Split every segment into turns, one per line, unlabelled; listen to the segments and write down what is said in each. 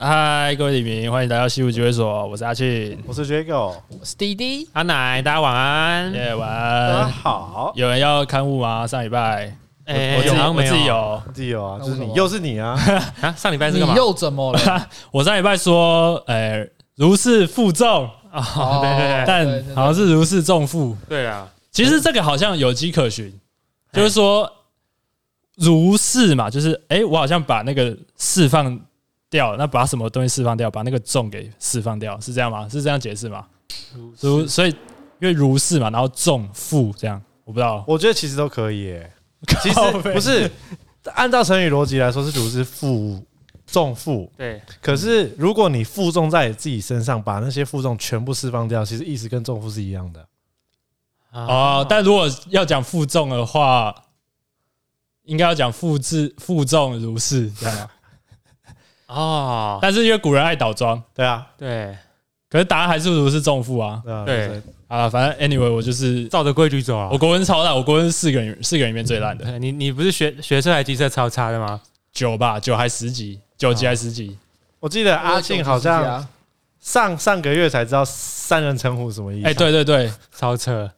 嗨，各位李明，欢迎来到西湖集会所，我是阿庆，
我是 Jago，
我是弟弟，
阿奶，大家晚安。啊
耶、晚
大家
安。
好，
有人要刊物吗？上礼拜
哎
我自己
好像
我
没有
自己有，
自己有啊，
那
就是
为什
你，
么
又是你啊，
啊，上礼拜是
你
干嘛？啊
又怎么 了？
我上礼拜说，呃，如释负重，
哦
但
对对对
好像是如释重负。
对啊，
其实这个好像有迹可循，
哎
就是说如释嘛，就是哎、诶我好像把那个释放掉，那把什么东西释放掉，把那个重给释放掉，是这样吗？是这样解释吗？如所以因为如释嘛，然后重负这样，我不知道。
我觉得其实都可以耶。其实
靠北
不是按照成语逻辑来说，是主是负重负，
对，
可是如果你负重在你自己身上，把那些负重全部释放掉，其实意思跟重负是一样的。
哦，但如果要讲负重的话，应该要讲负质负重如是这样 吗。
哦，
但是因为古人爱倒装，
对啊，
对，
可是答案还是如是重负啊
对啊，
对
就是
啊！反正 anyway，我就是
照着规矩走啊
我。国文超烂，我国文是四个人四个人里面最烂的，
你你不是学学车还机车超差的吗？
九吧，九还十级，九
啊
级还十级，
我记得阿
庆
庆好
啊
像上上个月才知道三人称呼什么意思。
哎，，对对对，
超 车，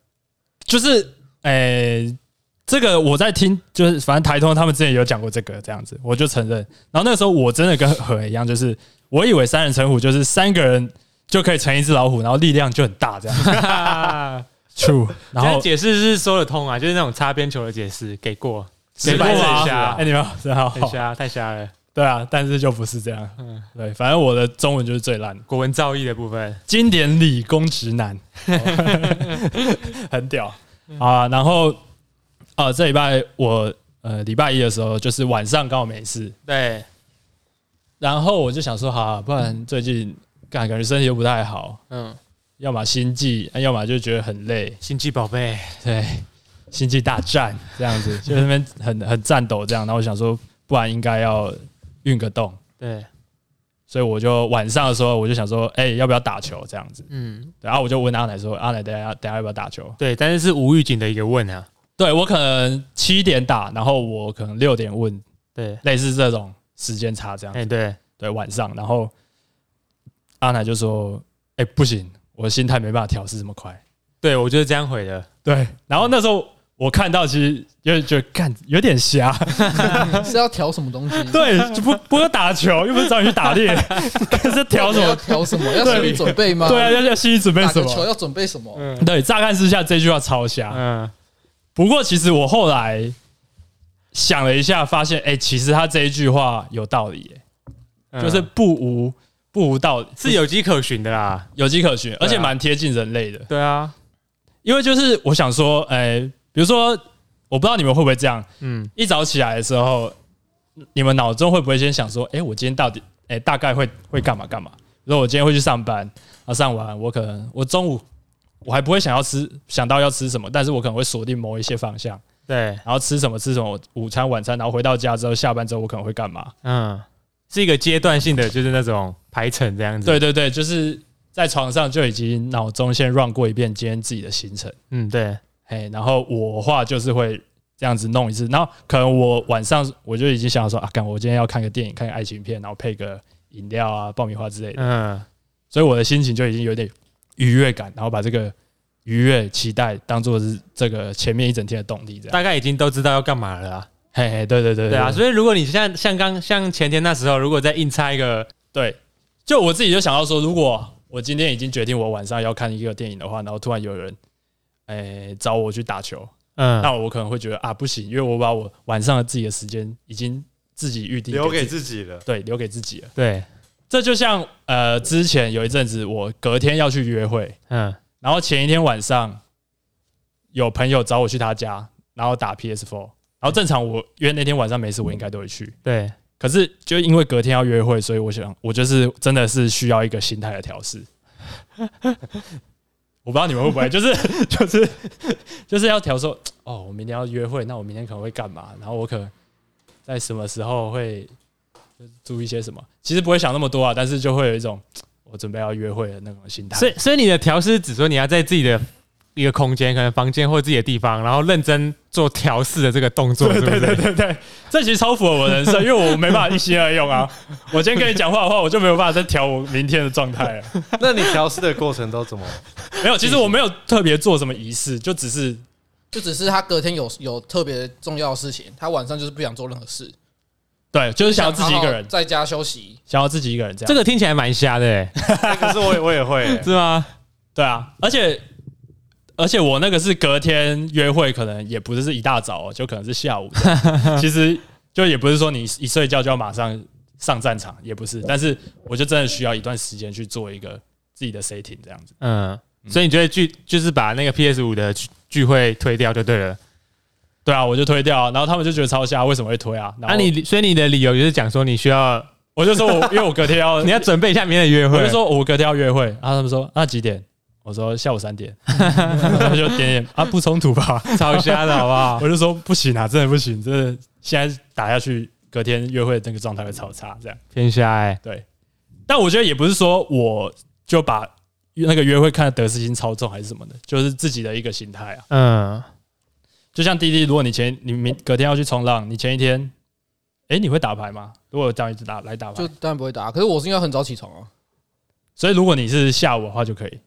就是诶、这个我在听，就是反正台通他们之前有讲过这个这样子，我就承认。然后那个时候我真的跟何一样，就是我以为三人成虎就是三个人就可以成一只老虎，然后力量就很大这 样。True，然
然后
后
解释是说得通啊，就是那种擦边球的解释，给过，
谁
白痴很
啊？
瞎
哎，，你们真好
很，瞎，太瞎了。
对啊，但是就不是这样。
嗯，
对，反正我的中文就是最烂的，
国文造诣的部分，
经典理工直男， 很屌啊。然后啊、呃这礼拜我呃礼拜一的时候，就是晚上刚好没事，
对，
然后我就想说，好啊、不然最近感感觉身体又不太好，
嗯，
要么心悸，啊要么就觉得很累，
星际宝贝，
对，星际大战这样子， 就在那边很很战斗这样。然后我想说，不然应该要运个动，
对，
所以我就晚上的时候我就想说，哎、要不要打球这样子？
嗯，
然后我就问阿奶说，阿奶等下等下要不要打球？
对，但是是无预警的一个问啊，
对我可能七点打，然后我可能六点问，
对，
类似这种时间差这样。
哎，对，
对，晚上，然后阿奶就说：“哎、不行，我的心态没办法调试这么快。
对，我就是这样回的，”
对，然后那时候我看到，其实有点觉得干有点瞎，
啊是要调什么东西？
对，就不不要打球，又不是找你去打猎，可是调什
要
么？
调什么？要心理准备吗？
对啊，要要心理准备
打
什
个球
么？
要准备什么？
嗯
对，乍看之下这句话超瞎，
嗯，
不过其实我后来想了一下，发现哎、其实他这一句话有道理、哎
嗯
就是不无不无道理，
是有迹可循的啦，
有迹可循，而且
对啊
蛮贴近人类的。
对啊，
因为就是我想说，哎、比如说，我不知道你们会不会这样，
嗯，
一早起来的时候，你们脑中会不会先想说，哎、我今天到底，哎、大概会会干嘛干嘛？比如说我今天会去上班，啊，上完我可能我中午我还不会想要吃，想到要吃什么，但是我可能会锁定某一些方向，
对，
然后吃什么吃什么，午餐晚餐，然后回到家之后，下班之后我可能会干嘛？
嗯，是一个阶段性的，就是那种排程这样子。
对，对对，就是在床上就已经脑中先 run 过一遍今天自己的行程。
嗯，对，
哎，然后我的话就是会这样子弄一次，然后可能我晚上我就已经想好说啊，干我今天要看个电影，看个爱情片，然后配个饮料啊、爆米花之类的，
嗯，
所以我的心情就已经有点愉悦感，然后把这个愉悦、期待当做是这个前面一整天的动力，这样。
大概已经都知道要干嘛了啊。
嘿嘿，对对对
对啊，
对
所以如果你像像刚像前天那时候，如果再硬插一个，
对，就我自己就想到说，如果我今天已经决定我晚上要看一个电影的话，然后突然有人。哎，找我去打球，
嗯，
那我可能会觉得啊，不行，因为我把我晚上的自己的时间已经自己预定
留
给
给
自己
自己了。
对，留给自己了。
对，
这就像呃，之前有一阵子我隔天要去约会，
嗯，
然后前一天晚上有朋友找我去他家，然后打 PS4，然后正常我约那天晚上没事，我应该都会去。
对，
可是就因为隔天要约会，所以我想，我就是真的是需要一个心态的调试。 我不知道你们会不会，就是就是就是要调说，哦，我明天要约会，那我明天可能会干嘛？然后我可能在什么时候会就是注意些什么？其实不会想那么多啊，但是就会有一种我准备要约会的那种心态。
所以所以你的调试只说你要在自己的一个空间，可能房间或自己的地方，然后认真做调试的这个动作，
对
是不
对
是
对对对，这其实超符合我的人设，因为我没办法一心二用啊。我今天跟你讲话的话，我就没有办法再调我明天的状态了。
那你调试的过程都怎么？
没有，其实我没有特别做什么仪式，就只是
就只是他隔天有有特别重要的事情，他晚上就是不想做任何事，
对，就是想要自己一个
好
人
好，在家休息。
想要自己一个人这样。
这个听起来蛮瞎 的、欸，
哎可是我也我也会、
是吗？
对啊，而且而且我那个是隔天约会，可能也不是是一大早、哦，就可能是下午这 样。其实就也不是说你一睡觉就要马上上战场，也不是。但是我就真的需要一段时间去做一个自己的 setting 这样子。
嗯，所以你觉得聚就是把那个 PS 五的聚聚会推掉就对了。
对啊，我就推掉，然后他们就觉得超瞎，为什么会推啊？然后、
那、你所以你的理由就是讲说你需要，
我就说我因为我隔天要
你要准备一下明天的约会。
呃我就说我隔天要约会，然后他们说那几点？我说下午三点， 然后他们就点点啊不冲突吧？
超瞎的好不好？
我就说不行啊，真的不行，真的现在打下去，隔天约会的那个状态会超差这样。
偏瞎哎、
对，但我觉得也不是说我就把那个约会看得得失心超重还是什么的，就是自己的一个心态啊。
嗯，
就像弟弟，如果你前你明隔天要去冲浪，你前一天，哎、你会打牌吗？如果叫你打来打
就，
牌
当然不会打，可是我是因为很早起床啊。
所以如果你是下午的话就可以，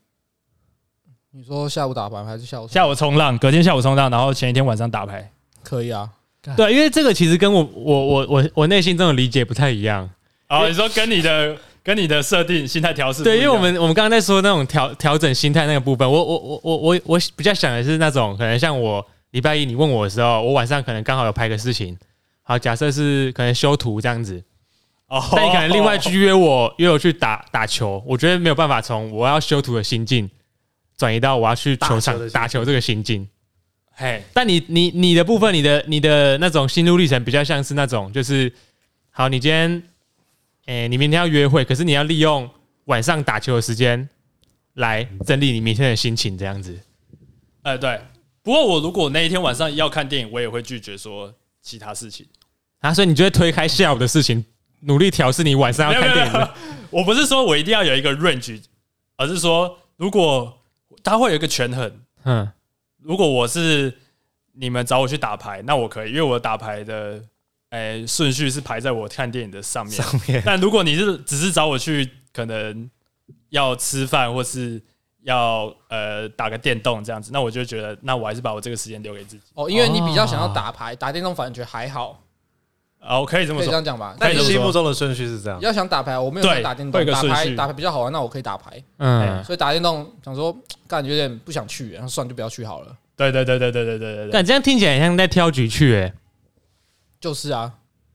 你说下午打牌还是下午？
下午冲浪，隔天下午冲浪，然后前一天晚上打牌。
可以啊，
对，因为这个其实跟我我我我我内心这种理解不太一样。
哦，你说跟你的跟你的设定心态调试不一
对，
样，
因为我们我们刚刚在说那种调调整心态那个部分，我我我我我我比较想的是那种可能像我礼拜一你问我的时候，我晚上可能刚好有排个事情，好，假设是可能修图这样子，
哦，
但你可能另外去约我约我去打打球，我觉得没有办法从我要修图的心境转移到我要去
打球的
球场
心境
打球这个心境。
嘿，
但你你你的部分，你的你的那种心路历程比较像是那种，就是好，你今天，诶、你明天要约会，可是你要利用晚上打球的时间来整理你明天的心情，这样子。
哎、对。不过我如果那一天晚上要看电影，我也会拒绝说其他事情。
啊，所以你就会推开下午的事情，努力调试你晚上要看电影的。
我不是说我一定要有一个 range，而是说如果它会有一个权衡。
嗯，
如果我是你们找我去打牌，那我可以，因为我打牌的哎顺、序是排在我看电影的上面。
上面
但如果你是只是找我去，可能要吃饭或是要呃打个电动这样子，那我就觉得，那我还是把我这个时间留给自己。
哦，因为你比较想要打牌，打电动反而觉得还好，
啊，我可以这么
可以这
说，
样讲吧？
那你
可以这么
心
说
目中的顺序是这样
比？较想打牌，我没有
对
想打电
会
动，
有个
打
顺
牌
序
打牌比较好玩，啊那我可以打 牌，
嗯，
所以打电动想说感觉有点不想去，然后算了就不要去好了。
对对对对对对对对对，
但这样听起来很像在挑局去、欸，
就是啊，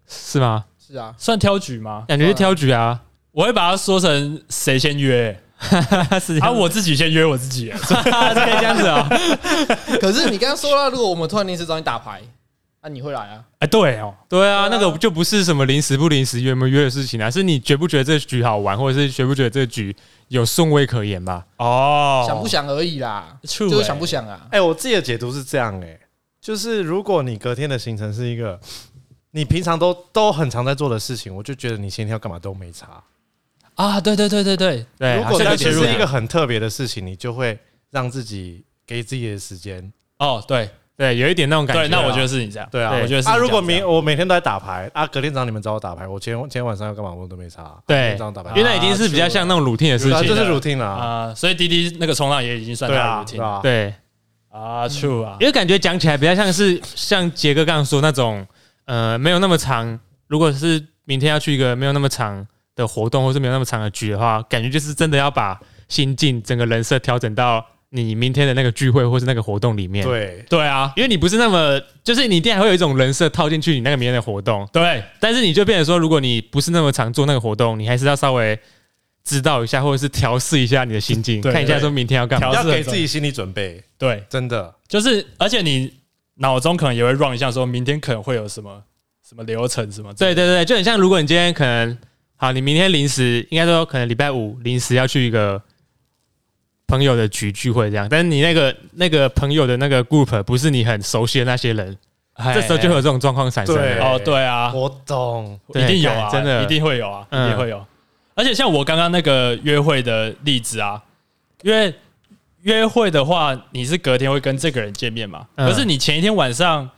是吗？
是啊，
算挑举吗？
感觉是挑局啊，
我会把它说成谁先 约、
是
啊，
啊，我
我自己先约我自己、
可以这样子啊、
可是你刚刚说了，如果我们突然临时找你打牌，那、你会来啊？
哎，对哦，
对啊，那个就不是什么临时不临时约没约的事情啊，是你觉不觉得这个局好玩，或者是觉不觉得这个局有顺位可言吧？
哦，
想不想而已啦，
True，
就是
哎
想不想啊？
哎、我自己的解读是这样、哎，就是如果你隔天的行程是一个你平常都都很常在做的事情，我就觉得你前一天要干嘛都没差。
啊？对对对对对，
对，
如果
哎好
它
像
只
有
是
点
一个很特别的事情，你就会让自己给自己的时间。
哦对
对，有一点那种感觉
对，
啊。
那我觉得是你这样，
对啊，
哎我觉得是你这
啊，
样
如果
这
明
样
我每天都在打牌啊，隔天早上你们找我打牌，我前天今天晚上要干嘛我都没差。啊
对
早上打牌，
因为那已经是比较像那种 routine 的事
对啊，
情
这是
了。
routine 啦，
啊，所以滴滴那个冲浪也已经算
对
他
啊，
的
对
routine
啊，
对，
啊，True 啊，
因为感觉讲起来比较像是像杰哥刚刚说那种，呃，没有那么长。如果是明天要去一个没有那么长的活动，或是没有那么长的局的话，感觉就是真的要把心境、整个人设调整到你明天的那个聚会或是那个活动里面。
对，
对啊，
因为你不是那么，就是你一定还会有一种人设套进去你那个明天的活动，
对
但是你就变成说，如果你不是那么常做那个活动，你还是要稍微知道一下，或者是调试一下你的心境，
对
看一下说明天要干嘛。
调
要
试很
给
重
自己心理准备，
对，
真的。
就是而且你脑中可能也会 run 一下，说明天可能会有什么什么流程什么之类
对对对，就很像如果你今天可能好，你明天临时应该说可能礼拜五临时要去一个朋友的局聚会这样，但是你那个那个朋友的那个 group 不是你很熟悉的那些人，
的，
这时候就会有这种状况产生了。
对
哎哦，对啊，
我懂，
一定有啊，
对真的
一定会有啊，一
嗯
定会有。而且像我刚刚那个约会的例子啊，因为约会的话，你是隔天会跟这个人见面嘛？
嗯
可是你前一天晚上，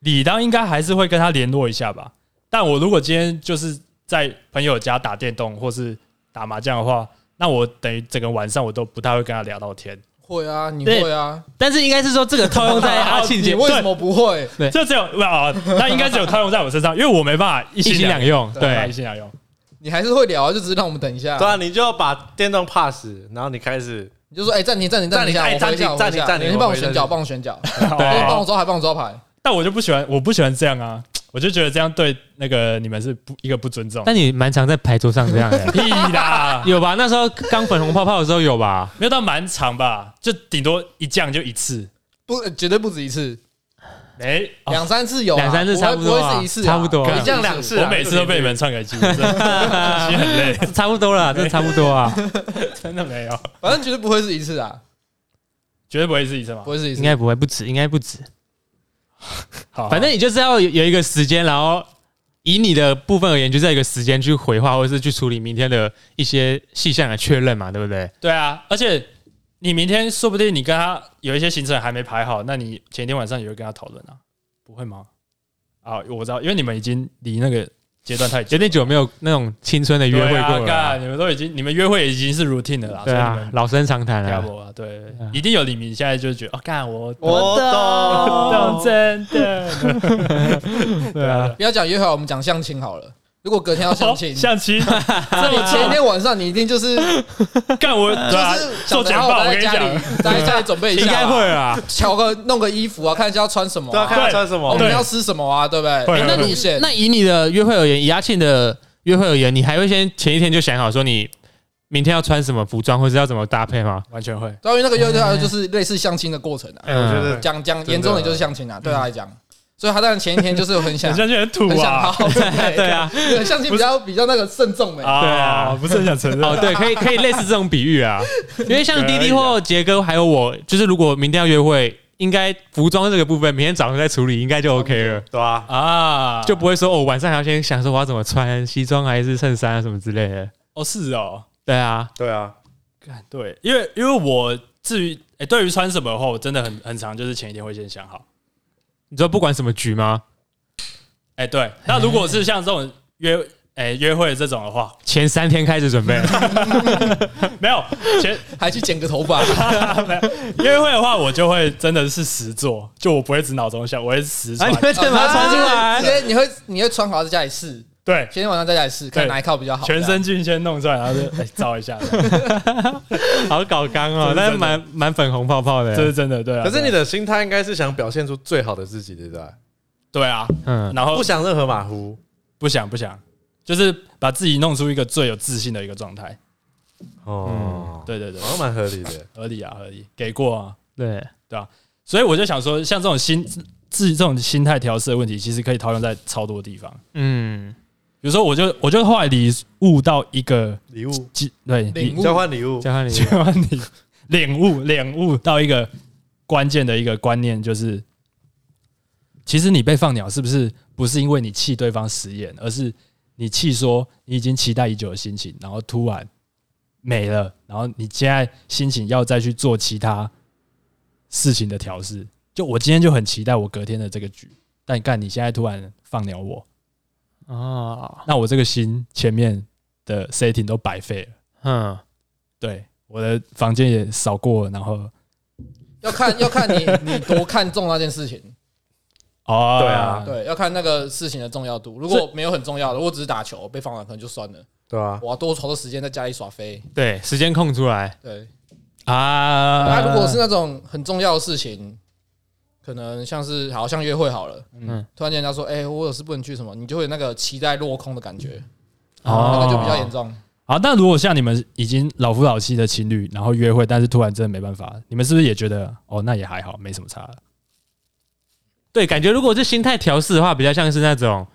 理当应该还是会跟他联络一下吧？但我如果今天就是在朋友家打电动或是打麻将的话，那我等于整个晚上我都不太会跟他聊到天。
会啊，你会啊，
但是应该是说这个套用在阿庆
你
哦
姐
为什么不会？
对
这只有不啊，那应该只有 套用在我身上，因为我没办法一
一
心
心
两
两
用。
用，
一
对，
心两用。
你还是会聊啊，就只是让我们等一下
对。啊，你就把电动 pass，然后你开始
你就说，哎，暂停，暂停，
暂
暂停一
停
下，
哎
我回一下，我
暂停
回一下
暂停暂停
你帮我
我回一
选
下
角，帮我选角，
对啊
帮我招牌，帮我招牌。
但我就不喜欢，我不喜欢这样啊！我就觉得这样对那个你们是不一个不尊重。，
但你蛮常在牌桌上这样的
屁啦，
有吧？那时候刚粉红泡泡的时候有吧？
没有到蛮长吧，就顶多一降就一次。
不，呃绝对不止一次，
哎、哦
两三次有啊，
两三次
不会
差不多啊
不会是一次啊，
差不多啊
不会
这样两次，
我每次都被你们篡改记录，真的心很 累，
差不多了，真的差不多 啊，
真的没有，
反正绝对不会是一次啊，
绝对不会是一次嘛
不。会是一次，
应该不会不止，应该不止。
好，
反正你就是要有有一个时间，然后以你的部分而言，就是要有一个时间去回话，或者是去处理明天的一些细项的确认嘛，对不对？
对啊，而且你明天说不定你跟他有一些行程还没排好，那你前一天晚上也会跟他讨论啊，不会吗？啊，我知道，因为你们已经离那个阶段太久
有点久没有那种青春的约会
对啊
过了啊、
干你们都已经，你们约会已经是 routine 了啦，所
对
以你
啊
们，
老生常谈
要
了、
不啊，对，一定有李明现在就觉得，哦，干我
我
懂
懂，
真的，
对啊，
不要讲约会，我们讲相亲好了。如果隔天要相亲，
相亲，这
你
么
前一
前
天晚上你一定就是就
干我，对啊
是，想
做简
着好
报，我
在
跟你
家
讲
里，在家里准备一
应
下吧，
该会啊，
瞧个弄个衣服啊，看一下要穿什么
对啊，
啊，
看他穿什
我
么
对
们要吃什么啊，对不
会
对？
会
那
会
路线，
那以你的约会而言，以阿庆的约会而言，你还会先前一天就想好说你明天要穿什么服装，或是要怎么搭配吗？
完全会，
对啊，因为那个约会就是类似相亲的过程啊，
哎，我
嗯
觉得
讲讲
真的
严重点就是相亲啊，对他来讲，所以他当然前一天就是 很想
很像就很土
很想好
啊，
好准备
对啊，
对相亲比较比较那个慎重哎，
对啊
不是很想承认
哦，对，可以可以类似这种比喻啊，因为像滴滴或杰哥还有我，就是如果明天要约会，应该服装这个部分明天早上再处理，应该就 OK
哦
了，
对啊，
啊，
就不会说哦晚上还要先想说我要怎么穿西装还是衬衫啊什么之类的。
哦是哦，
对啊，
对啊，
干对，因为因为我至于哎，对于穿什么的话，我真的很很常就是前一天会先想好，
你说不管什么局吗？
哎对，那如果是像这种约哎约会这种的话，
前三天开始 准备，
啊没有前 啊
还去剪个头发，
约会的话，我就会真的是实做，就我不会只脑中想，我会实
啊，
穿
你。会怎么穿出来
直？接你会你会穿好在家里试，
对，
前天晚上在家里试，看
对
哪一靠比较好，
全身镜先弄出来，然后就 哎、照一下，
好搞刚哦，
这是真的
但是蛮蛮粉红泡泡
这是
的。
真的，对啊。
可是你
的
的心态应该是想表现出最好的自己，对不对？
对啊，
嗯，
然后
不想任何马虎，
不想不想，就是把自己弄出一个最有自信的一个状态。
哦，
对对对
好，像蛮合理的，
合理啊，合理，给过啊。
对，
所以我就想说，像这种心自己这种心态调试的问题，其实可以套用在超多地方。
嗯，
比如说，我就我就后来领悟到一个
礼物
基对
领悟
交换礼物，
交换礼
就让你领悟领悟到一个关键的一个观念，就是其实你被放鸟是不是不是因为你气对方食言，而是你气说你已经期待已久的心情，然后突然没了，然后你现在心情要再去做其他事情的调试。就我今天就很期待我隔天的这个局，但干你现在突然放鸟我，
哦，
那我这个心前面的 setting 都白费了。
嗯，
对，我的房间也扫过，然后
要 看要看你你多看重那件事情，
哦，
对啊
对，要看那个事情的重要度。如果没有很重要的，如果只是打球被放了，可能就算了。
对啊，
嗯
我要多投的时间在家里耍飞。
对，时间空出来
对，
嗯
啊。
那如果是那种很重要的事情，可能像是好像约会好了，
嗯
嗯，突然间人家说，哎，我有事不能去什么，你就会有那个期待落空的感觉，
啊
哦
那个就比较严重。
好，那如果像你们已经老夫老妻的情侣，然后约会，但是突然真的没办法，你们是不是也觉得哦，那也还好，没什么差？
对，感觉如果是心态调试的话，比较像是那种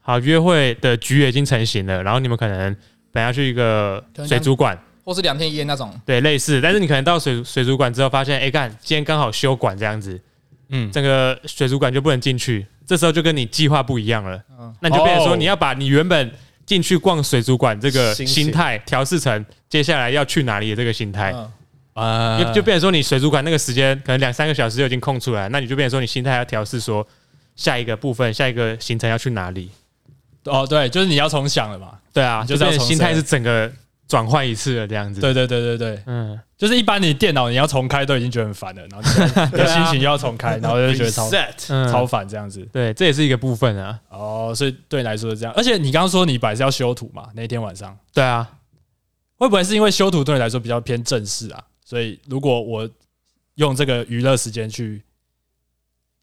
好约会的局也已经成型了，然后你们可能本来要去一个
可能
水族馆，
或是两天一夜那种，
对，类似，但是你可能到水水族馆之后发现，哎、干，今天刚好休馆这样子，
嗯，
整个水族馆就不能进去，这时候就跟你计划不一样了，
嗯
那你就变成
哦
说你要把你原本进去逛水族馆这个
心情
心态调试成接下来要去哪里的这个心态，
嗯，
啊
就就变成说你水族馆那个时间可能两三个小时就已经空出来，那你就变成说你心态要调试，说下一个部分、下一个行程要去哪里。
哦，对，就是你要重想了嘛。
对啊，
就
就是
要
是
重
心态
生
是整个转换一次了这样子。，
对对对对对，
嗯，
就是一般你电脑你要重开都已经觉得很烦了，然后你就你的心情又要重开，然后就觉得超
set
嗯
超烦这样子。
对，这也是一个部分啊。
哦，所以对你来说是这样。而且你刚刚说你本来是要修图嘛，那天晚上
对啊，
会不会是因为修图对你来说比较偏正式啊？所以如果我用这个娱乐时间去，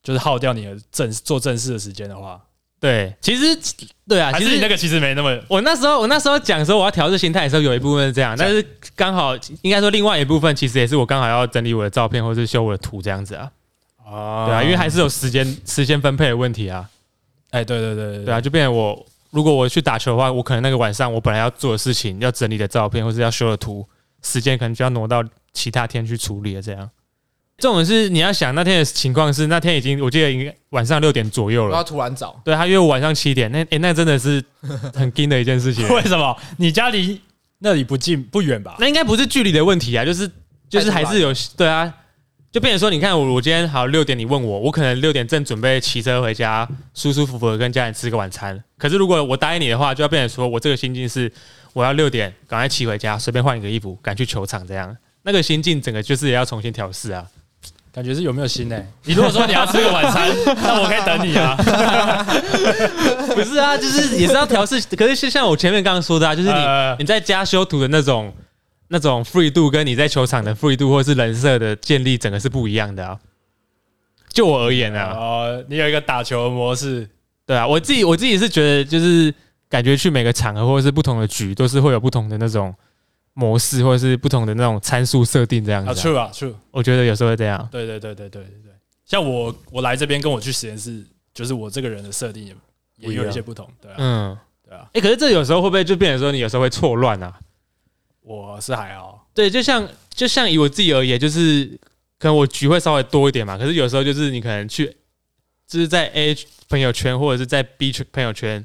就是耗掉你的正做正事的时间的话，
对，其实对啊，
还
其
是
实
你那哎个其实没那么
我那时候，我那时候讲说我要调试心态的时候，有一部分是这样，但是刚好应该说另外一部分其实也是我刚好要整理我的照片或是修我的图这样子啊，
啊
对啊，因为还是有时间时间分配的问题啊，
哎，对对对
对啊，，就变成我如果我去打球的话，我可能那个晚上我本来要做的事情，要整理的照片或是要修的图，时间可能就要挪到其他天去处理了这样。这种是你要想那天的情况是那天已经我记得应该晚上六点左右
然后
了，
突然找，
对他约我晚上七点，那诶、那真的是很惊的一件事 情。
为什么你家离那里不近不远吧？
那应该不是距离的问题啊，就是就是还是有对啊，就变成说，你看我我今天好六点你问我，我可能六点正准备骑车回家，舒舒服服的跟家人吃个晚餐。可是如果我答应你的话，就要变成说我这个心境是我要六点赶快骑回家，随便换一个衣服赶去球场这样。那个心境整个就是也要重新调试啊，
感觉是有没有心呢、你如果说你要吃个晚 餐，那我可以等你啊。
不是啊，就是也是要调试。可是就像我前面刚刚说的啊，就是你、
呃
你在家修图的那种那种 free 度，跟你在球场的 free 度或是人设的建立，整个是不一样的啊。就我而言啊，
哦，你有一个打球的模式，
对啊，我自己我自己是觉得，就是感觉去每个场合或者是不同的局，都是会有不同的那种模式，或者是不同的那种参数设定这样
啊
子啊、
，true 啊，true，
我觉得有时候会这样，
对啊对对对对对对。像我我来这边跟我去实验室，就是我这个人的设定也也有一些不同，对啊，
嗯，
对啊，
哎、可是这有时候会不会就变成说，你有时候会错乱啊？
我是还好，
对，就像就像以我自己而言，就是可能我局会稍微多一点嘛，可是有时候就是你可能去，就是在 A 朋友圈或者是在 B 圈朋友圈，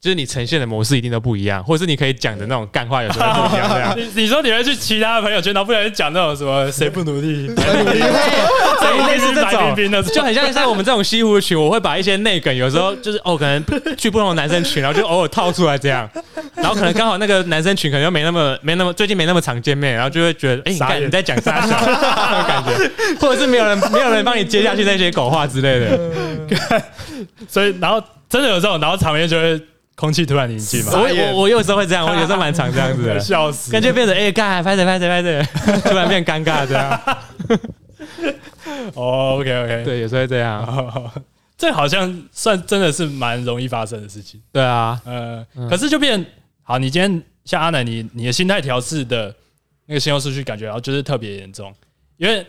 就是你呈现的模式一定都不一样，或者是你可以讲的那种干话有时候会不一样这样。
你你说你会去其他的朋友圈，然后不小心讲那种什么谁不努力，谁
努力
对类似这
白冰
种，
冰的，就
就很像像我们这种西湖群，我会把一些内梗，有时候 就是哦，可能去不同的男生群，然后就偶尔套出来 这样，然后可能刚好那个男生群可能又没那么没那么最近没那么常见面，然后就会觉得哎，你
傻
看
眼
你在讲 啥小那种感觉，或者是没有人没有人帮你接下去那些狗话之 类的。
所以然后真的有这种，然后场面就会空气突然宁静嘛
我，
傻眼
我我有时候会这样，我有时候蛮常这 样子的，
笑死，
感觉变成哎，干拍着拍着拍着， 突然变尴尬这样。
哦，OK OK，
对，有时候会这样。
哦，这好像算真的是蛮容易发生的事情。
对啊，
呃，
嗯
可是就变好，你今天像阿南，你你的心态调试的那个信号数据感觉，然后就是特别严重，因为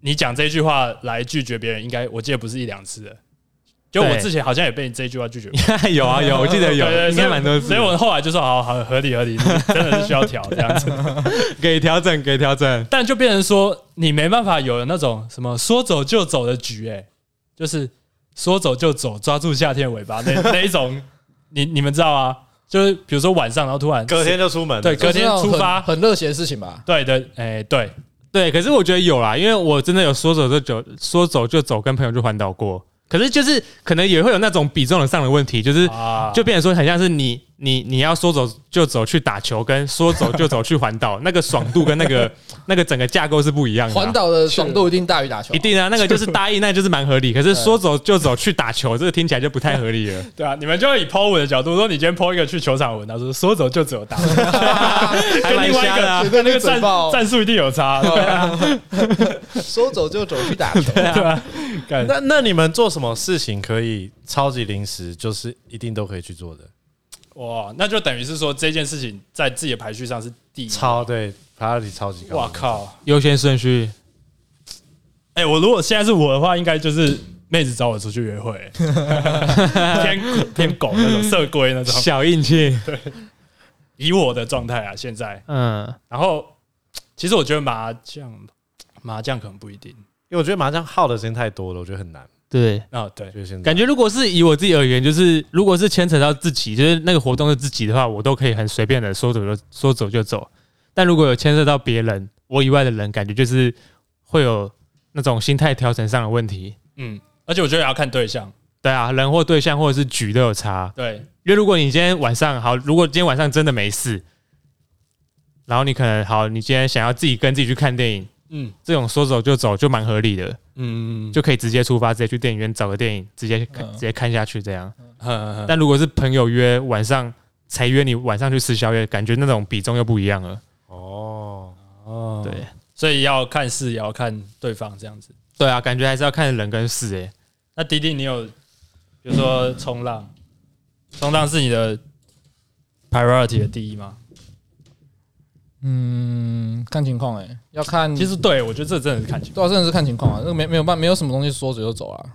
你讲这句话来拒绝别人，应该我记得不是一两次的。就我
对
之前好像也被你这一句话拒绝过，
有啊有，我记得 有
对，对
应该
所以
蛮多次
所以我后来就说好好合理合理，真的是需要调这样子。
给调整给调整。
但就变成说，你没办法有那种什么说走就走的局、哎，就是说走就走，抓住夏天的尾巴那 那一种，你你们知道啊？就是比如说晚上，然后突然
隔天就出门，
对，隔
就是
天
那种
出
很
发，
很热血的事情吧？
对的，哎、对，
对，可是我觉得有啦，因为我真的有说走就走，说走就走，跟朋友去环岛过。可是就是可能也会有那种比重上的问题，就是
啊，
就变成说很像是你你你要说走就走去打球，跟说走就走去环岛， 那个爽度跟那个 那个整个架构是不一样的啊、
环岛的爽度一定大于打球
一，定啊，那个就是答应，那就是蛮合理。可是说走就走去打球，这个听起来就不太合理了。
对啊，你们就会以抛文的角度说，你今天抛一个去球场文，他说说走就走， 打，
还
跟
蛮
另外一
瞎的啊
个
绝
跟
对
那个
被嘴
战
爆
战术一定有差，
对啊说走就走去打球，
对吧？干
那那你们做什么事情可以超级临时，就是一定都可以去做的？
哇，那就等于是说这件事情在自己的排序上是第一，
超对 priority 超级高。
哇！靠！
优先顺序，
哎、我如果现在是我的话，应该就是妹子找我出去约会、 天天狗那种色龟那种。
小运 气，
以我的状态啊，现在，
嗯，
然后其实我觉得麻将麻将可能不一定
因为我觉得麻将耗的时间太多了，我觉得很难。
对。
啊，对，
就是现在
感觉如果是以我自己而言，就是如果是牵扯到自己，就是那个活动是自己的话，我都可以很随便的说走就说走就走。但如果有牵涉到别人，我以外的人，感觉就是会有那种心态调整上的问题。
嗯，而且我觉得也要看对象，
对啊，人或对象或者是局都有差。
对，
因为如果你今天晚上好，如果今天晚上真的没事，然后你可能好，你今天想要自己跟自己去看电影，
嗯
这种说走就走就蛮合理的，
嗯，
就可以直接出发，直接去电影院找个电影，直接看
嗯
直接看下去这样。
嗯，
但如果是朋友约晚上才约你晚上去吃宵夜，感觉那种比重又不一样了。
哦，
哦，
对，
所以要看事，也要看对方这样子。
对啊，感觉还是要看人跟事诶、欸
那迪迪，你有比如说冲浪，冲浪是你的 priority 的第一吗？
嗯，看情况哎、要看，
其实对我觉得这真的是看情
对啊，真的是看情况啊，那个没没有办，没有什么东西说走就走啊。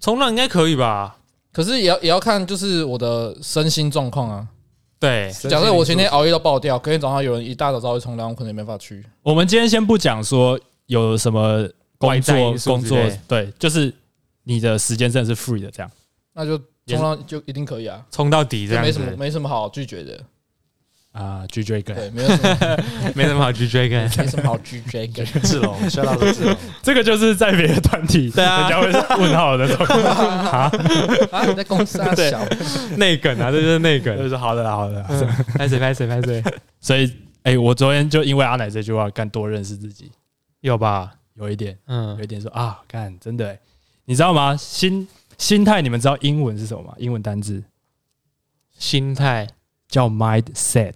冲浪应该可以吧？
可是也要也要看，就是我的身心状况啊。
对，
假设我前 天熬夜到爆掉，隔天早上有人一大早早会冲凉，我可能也没办法去。
我们今天先不讲说有什么工
外在
作
因素
工
之
作
类，
对，就是你的时间真的是 free 的这样。
那就
也是
冲浪就一定可以啊，
冲到底这
这
样
没
子，
什么没什么好拒绝的，
啊，拒绝一个，
对，没有什么
没什么好拒绝跟
没什么好拒绝 的。
志龙，笑到志龙，
这个就是在别的团体，
对啊
人家会问号的那种。
啊，你在公司啊
对
小，
内梗啊，这就是内 梗。
就是好的啦，好的啦。
拍谁拍谁拍谁，
所以，哎、我昨天就因为阿奶这句话，干多认识自己，
有吧？
有一点，
嗯
有一点说啊，干真的、欸，你知道吗？心心态，你们知道英文是什么吗？英文单字
心态，
叫 mindset，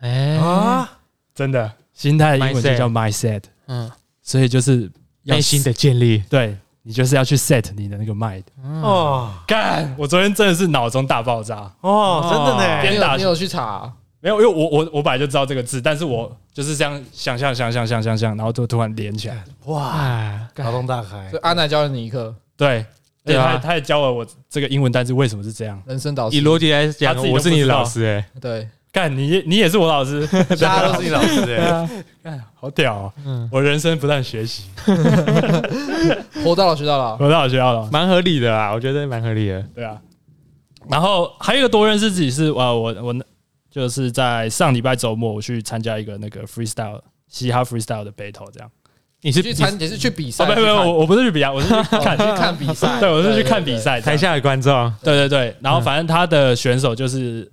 哎、
啊，
真的，心态的英文就
Mindset
叫 mindset，
嗯，
所以就是要
内心的建立，
对你就是要去 set 你的那个 mind。
哦
干，我昨天真的是脑中大爆炸，
哦，真的呢，
你
边
有
打
你有去查啊、
没有，因为我我我本来就知道这个字，但是我就是这样想象想象想象想，然后就突然连起来。
哇，
哎，
脑洞大 开
所，以阿奶教了你一课，
对，
对
对
啊
他他也教了我这个英文单词为什么是这样。
人生导
以
师，
逻辑来讲
他，自己都
我是你的
不知道
老师哎、
对，
干你也你也是我老师，
大家都是你老师哎，
啊，干好屌、哦！
嗯，
我人生不断学习，
活到老学到老。
我到学校了，
蛮合理的啊啦，我觉得蛮合理的。
对啊。然后还有一个多认识自己是呃，我我就是在上礼拜周末我去参加一个那个 freestyle 嘻哈 freestyle 的 battle，这样。
你是
你去参也是去比赛，
哦，没有没有，
去看
我我不是去比赛，我是 去看
去看比赛，
对，我是去看比。赛。
台
台下，
下的观众，
对对对。然后
嗯
反正他的选手就是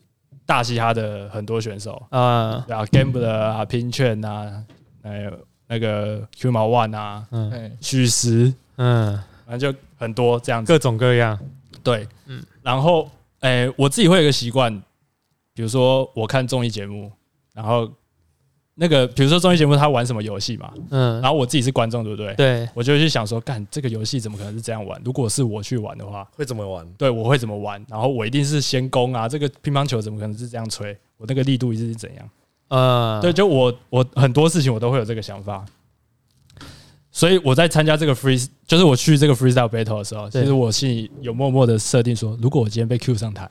大嘻哈的很多选手，
呃，
对啊，Gambler 啊，拼券啊，还有那个 Q 毛 One 啊，
对
嗯
对对
许石，
嗯，
反正就很多这样子。
各种各样，
对，
嗯
嗯。然后，诶、我自己会有一个习惯，比如说我看综艺节目，然后那个比如说综艺节目他玩什么游戏嘛，
嗯
然，后我自己是观众，对不对？
对，
我就会去想说，干这个游戏怎么可能是这样玩？如果是我去玩的话，
会怎么玩？
对我会怎么玩？然后我一定是先攻啊，这个乒乓球怎么可能是这样吹？我那个力度一定是怎样？
呃，
对，就我我很多事情我都会有这个想法，所以我在参加这个 free，就是我去这个 freestyle battle 的时候，
对
其实我心里有默默的设定说，如果我今天被 Q 上 台，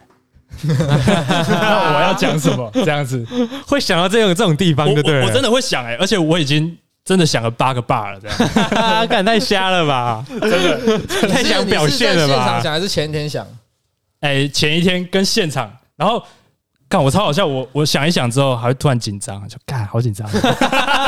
那我要讲什么？这样子，
会想到这种这种地方
我
就对
我
了，
我真的会想哎、而且我已经真的想了八个 bar 了，这样
的干太瞎了 吧，真的
你
太
是
想表现
你
了
是在现场
吧？
想还是前一天想？
哎、前一天跟现场，然后。干我超好笑，我我想一想之后，还会突然紧张，就干好紧张。
那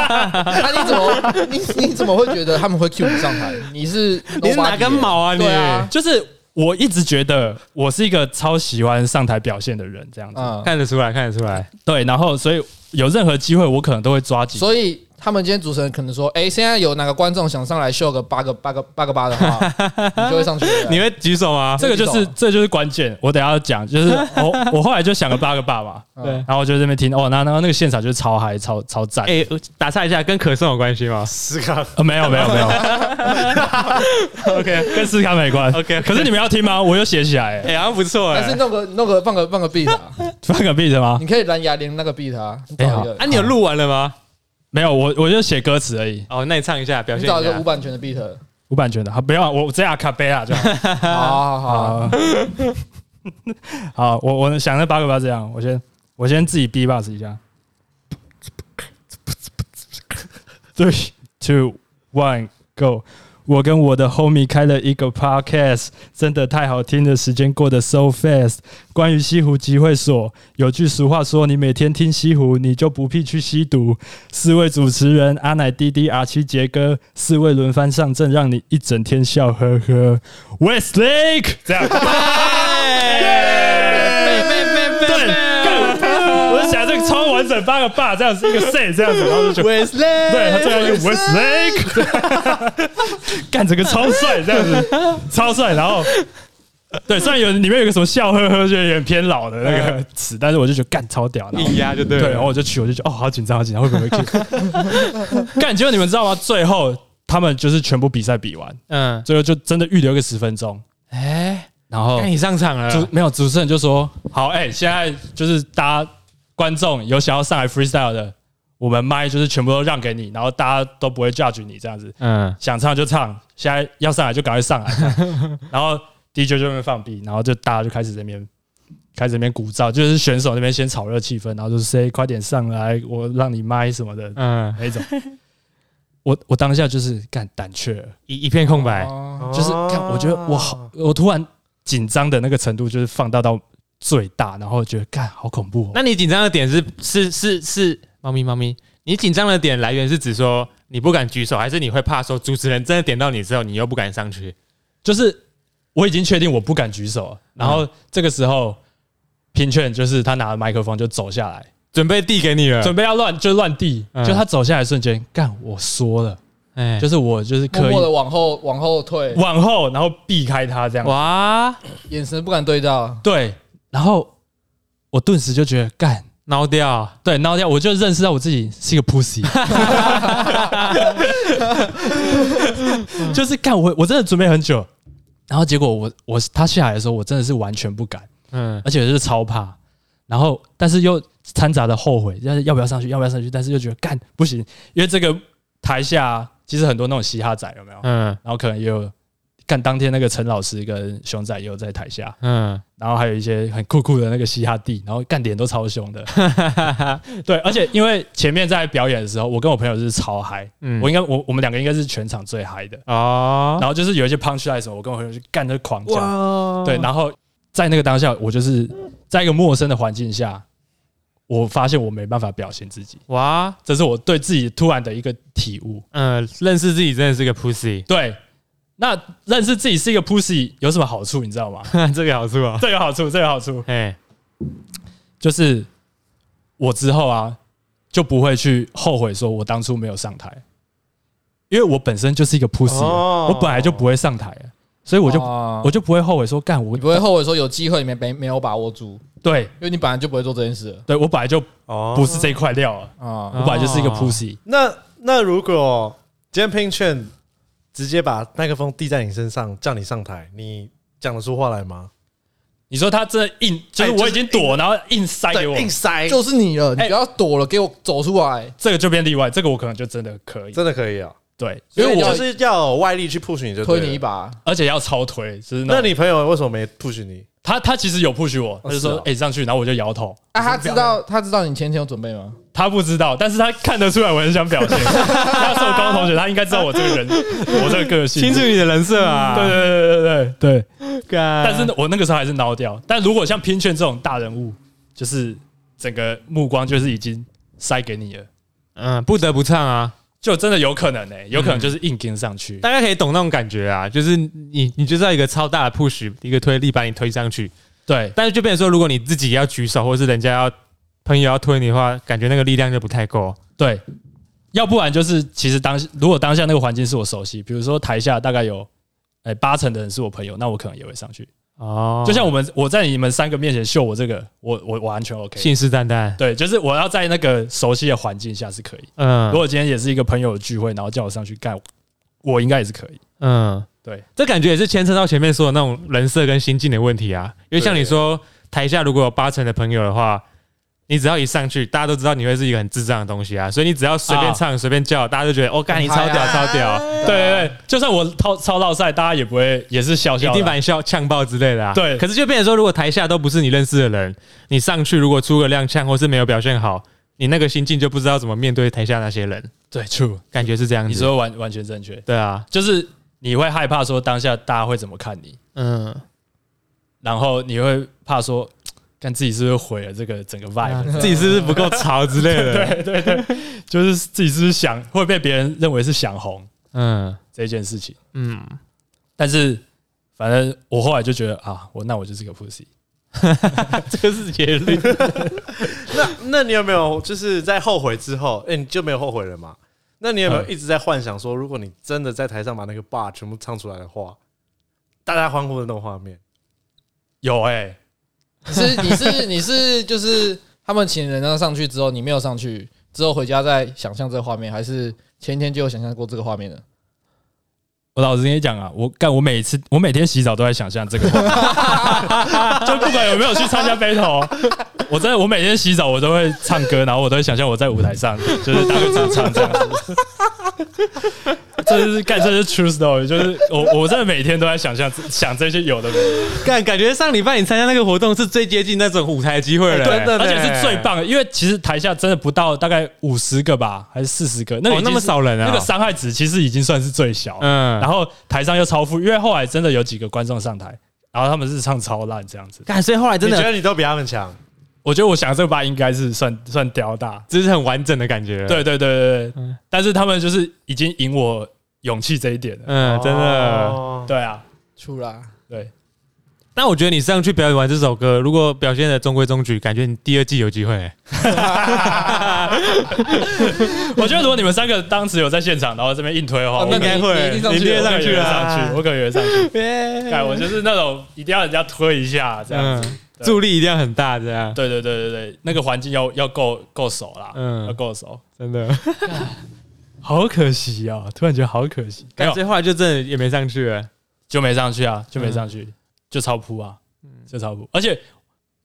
啊你怎么你你怎么会觉得他们会 cue 你上台？你是
你是哪
nobody
根
耶？
毛啊你？
对啊
就是我一直觉得我是一个超喜欢上台表现的人，这样子。
嗯，
看得出来，看得出来，
对，然后所以有任何机会，我可能都会抓紧。
所以他们今天主持人可能说，哎，现在有哪个观众想上来秀个八个八个八个八的话，你就会上去。
你会举手吗？
这个就是这就是关键，我等一下要 讲，就是我我后来就想了八个爸嘛，
嗯
对
然后我就在那边听，哦，那那那个现场就是超嗨、超超赞。
哎，我打岔一下，跟咳嗽有关系吗
思考
呃，没有没 有没有，
？OK
跟思康没关。
OK，
可是你们要听吗？我又写起来、欸，
哎，好像不错
还是
哎。
弄个弄个放个放个 beat 啊，
放个屁的吗？
你可以蓝牙连那个 beat 啊，你找一个
啊，，你有录完了吗？
没有，我我就写歌词而已，
哦，那你唱一下，表
啊你
现
找
一
一个无
下。
版权的 beat，啊
无版权的，好，不要，我我这样卡贝拉就好。
好好好，
好，好，我我想那八个八这样，我先我先自己 B box 一下。Three, two, one, go！我跟我的 homie 开了一个 podcast，真的太好听了，时间过得 so fast。关于西湖集会所，有句俗话说，你每天听西湖，你就不必去吸毒。四位主持人阿奶、滴滴、R 七、杰哥，四位轮番上阵，让你一整天笑呵呵。Westlake，这样。对，干我就想这个超完整，八个 bar 这样子，一个 set 这样子，然后就 觉得。
Wesley，
对他最后用 Westlake，干哎整个超帅这样子，超帅。然后，呃对，虽然有里面有个什么笑呵呵，就有点偏老的那个词，但是我就觉得干超屌。然后
一压就对
对，
了。
然后我就去，我就觉得哦，好紧张，好紧张，会不会 kick？干，结果你们知道吗？最后他们就是全部比赛比完，
嗯，
最后就真的预留个十分钟，
哎，
然后
那你上场了，
主没有主持人就说：“好，哎、现在就是大家观众有想要上来 freestyle 的，我们麦就是全部都让给你，然后大家都不会 judge 你这样子，
嗯，
想唱就唱，现在要上来就赶快上来。” 然后 DJ 就在那边放屁，然后就大家就开始这边开始这边鼓噪，就是选手那边先炒热气氛，然后就是 say 快点上来，我让你麦什么的
嗯，
那一种。我我当下就是干胆怯了。
一一片空白，
哦
哦
就是看，我觉
啊
得我好，我突然紧张的那个程度就是放大到最大，然后觉得干好恐怖、哦。
那你紧张的点是是是是，猫咪猫咪，你紧张的点来源是指说你不敢举手，还是你会怕说主持人真的点到你之后，你又不敢上去？
就是我已经确定我不敢举手了，然后这个时候平券就是他拿着麦克风就走下来，
准备递给你了，
准备要乱就乱递，
嗯
就他走下来的瞬间，干我缩了，
哎，
就是我就是
默
刻意
默的往后往后退，
往后，然后避开他这样，
哇，
眼神不敢对到。
对，然后我顿时就觉得干。
挠掉，
对，然后这样我就认识到我自己是一个 pussy，就是干我我真的准备很久，然后结果我我他下来的时候，我真的是完全不敢，
嗯，
而且是超怕，然后但是又掺杂着后悔，要要不要上去，要不要上去，但是又觉得干不行，因为这个台下啊其实很多那种嘻哈仔有没有？
嗯
然后可能也有干当天那个陈老师跟熊仔也有在台下，
嗯，
然后还有一些很酷酷的那个嘻哈弟，然后干点都超凶 的。对，而且因为前面在表演的时候，我跟我朋友是超嗨，
嗯
我应该我我们两个应该是全场最嗨的。
哦，
然后就是有一些 punch line 什么，我跟我朋友就干就狂叫。
哇
对，然后在那个当下，我就是在一个陌生的环境下，我发现我没办法表现自己，
哇，
这是我对自己突然的一个体悟。
嗯，认识自己真的是个 pussy，
对，那认识自己是一个 pussy 有什么好处，你知道 吗？
这个好处啊，
这有好处，这有好处。
哎，
就是我之后啊，就不会去后悔说我当初没有上台，因为我本身就是一个 pussy，、
哦
啊我本来就不会上台，所以我就、
啊
我就不会后悔说干我
你不会后悔说有机会你没没没有把握住，
对
因为你本来就不会做这件事了
对，我本来就
哦
不是这块料啊，
啊。
我本来就是一个
哦
pussy，
那那如果今天 Pin 券直接把麦克风递在你身上，叫你上台，你讲得出话来吗？
你说他真的硬，就是
哎就是
我已经躲，然后硬塞给我
对，硬塞，
就是你了，你
哎
不要躲了，给我走出来。
这个就变例外，这个我可能就真的可以，
真的可以啊，
对，
所
因
以
为
我
我就是要有外力去 push 你就对
推
了
你一。把，
而且要超推，就是
那
种
你朋友为什么没 push 你？
他他其实有 push 我，他就说
是
哎
哦、
上去，然后我就摇头，
啊，他知道他知道你前天有准备吗？
他不知道，但是他看得出来我很想表现。他是我高中同学，他应该知道我这个人，我这个个性。
清楚你的人设啊，
对对对对对对。
干，
但是呢我那个时候还是挠掉。但如果像偏券这种大人物，就是整个目光就是已经塞给你了，
嗯，不得不唱啊，
就真的有可能呢、欸有可能就是硬跟上去。
大家可以懂那种感觉啊，就是你你就是要一个超大的 push，一个推力把你推上去，
对
但是就变成说，如果你自己要举手，或是人家要朋友要推你的话，感觉那个力量就不太够。
对，要不然就是其实当如果当下那个环境是我熟悉，比如说台下大概有。哎，八成的人是我朋友，那我可能也会上去。
哦
就像我们，我在你们三个面前秀我这个，我我我完全 OK。
信誓旦旦，
对，就是我要在那个熟悉的环境下是可以。如
嗯
果今天也是一个朋友的聚会，然后叫我上去干，我应该也是可以。
嗯，
对，
这感觉也是牵扯到前面说的那种人设跟心境的问题啊。因为像你说，台下如果有八成的朋友的话，你只要一上去，大家都知道你会是一个很智障的东西啊，所以你只要随便唱、随便叫，大家就觉得哦，干你超
很
屌、
嗨啊
超屌，
对对对，就算我超超到赛，大家也不会也是笑笑
一
的啊
定把你笑呛爆之类的啊。
对
可是就变成说，如果台下都不是你认识的人，你上去如果出个踉跄或是没有表现好，你那个心境就不知道怎么面对台下那些人，
对 true，
感觉是这样子。
你说完完全正确，
对啊，
就是你会害怕说当下大家会怎么看你，
嗯，
然后你会怕说，看自己是不是毁了这个整个 vibe，、
自己是不是不够潮之类的？
对对对，就是自己是不是想会被别人认为是想红
嗯
这件事情。
嗯，
但是反正我后来就觉得啊，我那我就是个 pussy，
这个是结论。
那那你有没有就是在后悔之后，哎、你就没有后悔了嘛？那你有没有一直在幻想说，如果你真的在台上把那个 bar 全部唱出来的话，大家欢呼的那种画面？
有哎、
你是你是你是就是他们请人家上去之后，你没有上去，之后回家再想象这个画面，还是前一天就有想象过这个画面的？
我老实跟你讲啊，我干，我每次我每天洗澡都在想象这个画 面，就不管有没有去参加 battle，我哦真的我每天洗澡我都会唱歌，然后我都会想象我在舞台上就是当个主唱这样子。这就是干，这是 true story，就是我我真的每天都在想象想这些有的没的，
感感觉上礼拜你参加那个活动是最接近那种舞台机会了、欸
哎真的
而且是最哦棒的，因为其实台下真的不到大概五十个吧，还是四十个，那个已
哦
经是、
那么少人啊，
那个伤害值其实已经算是最小了。
嗯，然
然
后
后台上又超负，因为后来真的有几个观众上台，然后他们是唱超烂这样子。
感所以后来真
你觉
的
得你都比他们强？
我觉得我想这个吧应该是算算屌大，
这是很完整的感觉，，
对对对对对。
嗯
但是他们就是已经赢我勇气这一点了。
嗯，真的。
哦
对啊，
出啦，
对，
那我觉得你上去表演完这首歌，如果表现的中规中矩，感觉你第二季有机会、
我觉得如果你们三个当时有在现场，然后这边硬推的话，
哦
我
那
可能
你你一定上去
你列
我可
上
能
去
也会
啊
上去，我可能也会 上去。哎，
对
我就是那种一定要人家推一下这样子。
嗯，
对
助力一定要很大，这样，
对对对对对，那个环境要要够够熟啦，
嗯
要够熟。
真的。
好可惜啊！突然觉得好可惜，哎没
感
有
觉后来就真的也没上去了，
就没上去啊，就
嗯
没上去，就超扑啊，就超扑。而且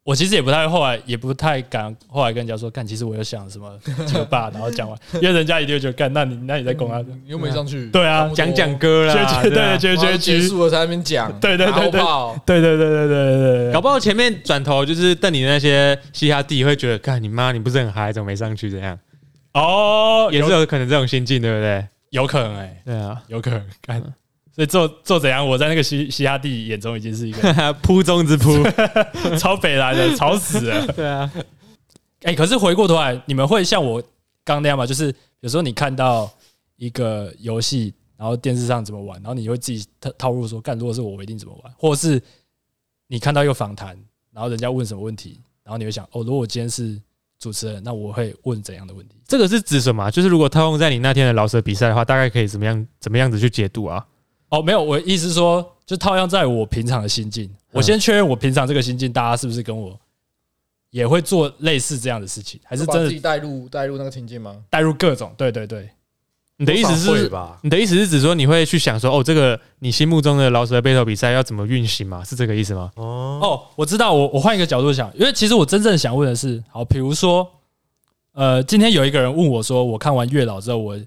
我其实也不太后来，也不太敢后来跟人家说，干，其实我有想什么 几个吧，然后讲完，因为人家一定会觉得干，那你那你在啊公安，
嗯
你又没上去，
对啊
差不多
讲讲歌啦，
绝对对
啊
绝
然后
绝
结
局，
束了才在那边讲，
对对对对
打好不好
对对对对对对对对，
搞不好前面转头就是瞪你的那些嘻哈弟会觉得，看你妈，你不是很嗨，怎么没上去？这样
哦，
也是
有
有可能这种心境，对不对？
有可能哎，
对啊，
有可能干。所以做做怎样，我在那个西西哈地眼中已经是一个
扑中之扑，
超北来的， 吵死了。
对啊，
哎、可是回过头来，你们会像我刚那样吗？就是有时候你看到一个游戏，然后电视上怎么玩，然后你会自己套套入说，干，如果是我，我一定怎么玩，或者是你看到一个访谈，然后人家问什么问题，然后你会想，哦，如果我今天是主持人，那我会问怎样的问题？
这个是指什么啊？就是如果套用在你那天的老舍比赛的话，大概可以怎么样怎么样子去解读啊？
哦，没有，我意思是说，就套用在我平常的心境，
嗯
我先确认我平常这个心境，大家是不是跟我也会做类似这样的事情，还是
把
真
自
的
己带入带入那个情境吗？
带入各种？对对对，
你的意思
多少会
是，
吧？
你的意思是指说你会去想说，哦，这个你心目中的老舍背头比赛要怎么运行吗？是这个意思吗？
哦，
哦，我知道，我我换一个角度想，因为其实我真正想问的是，好，比如说，呃，今天有一个人问我说，我看完《月老》之后，我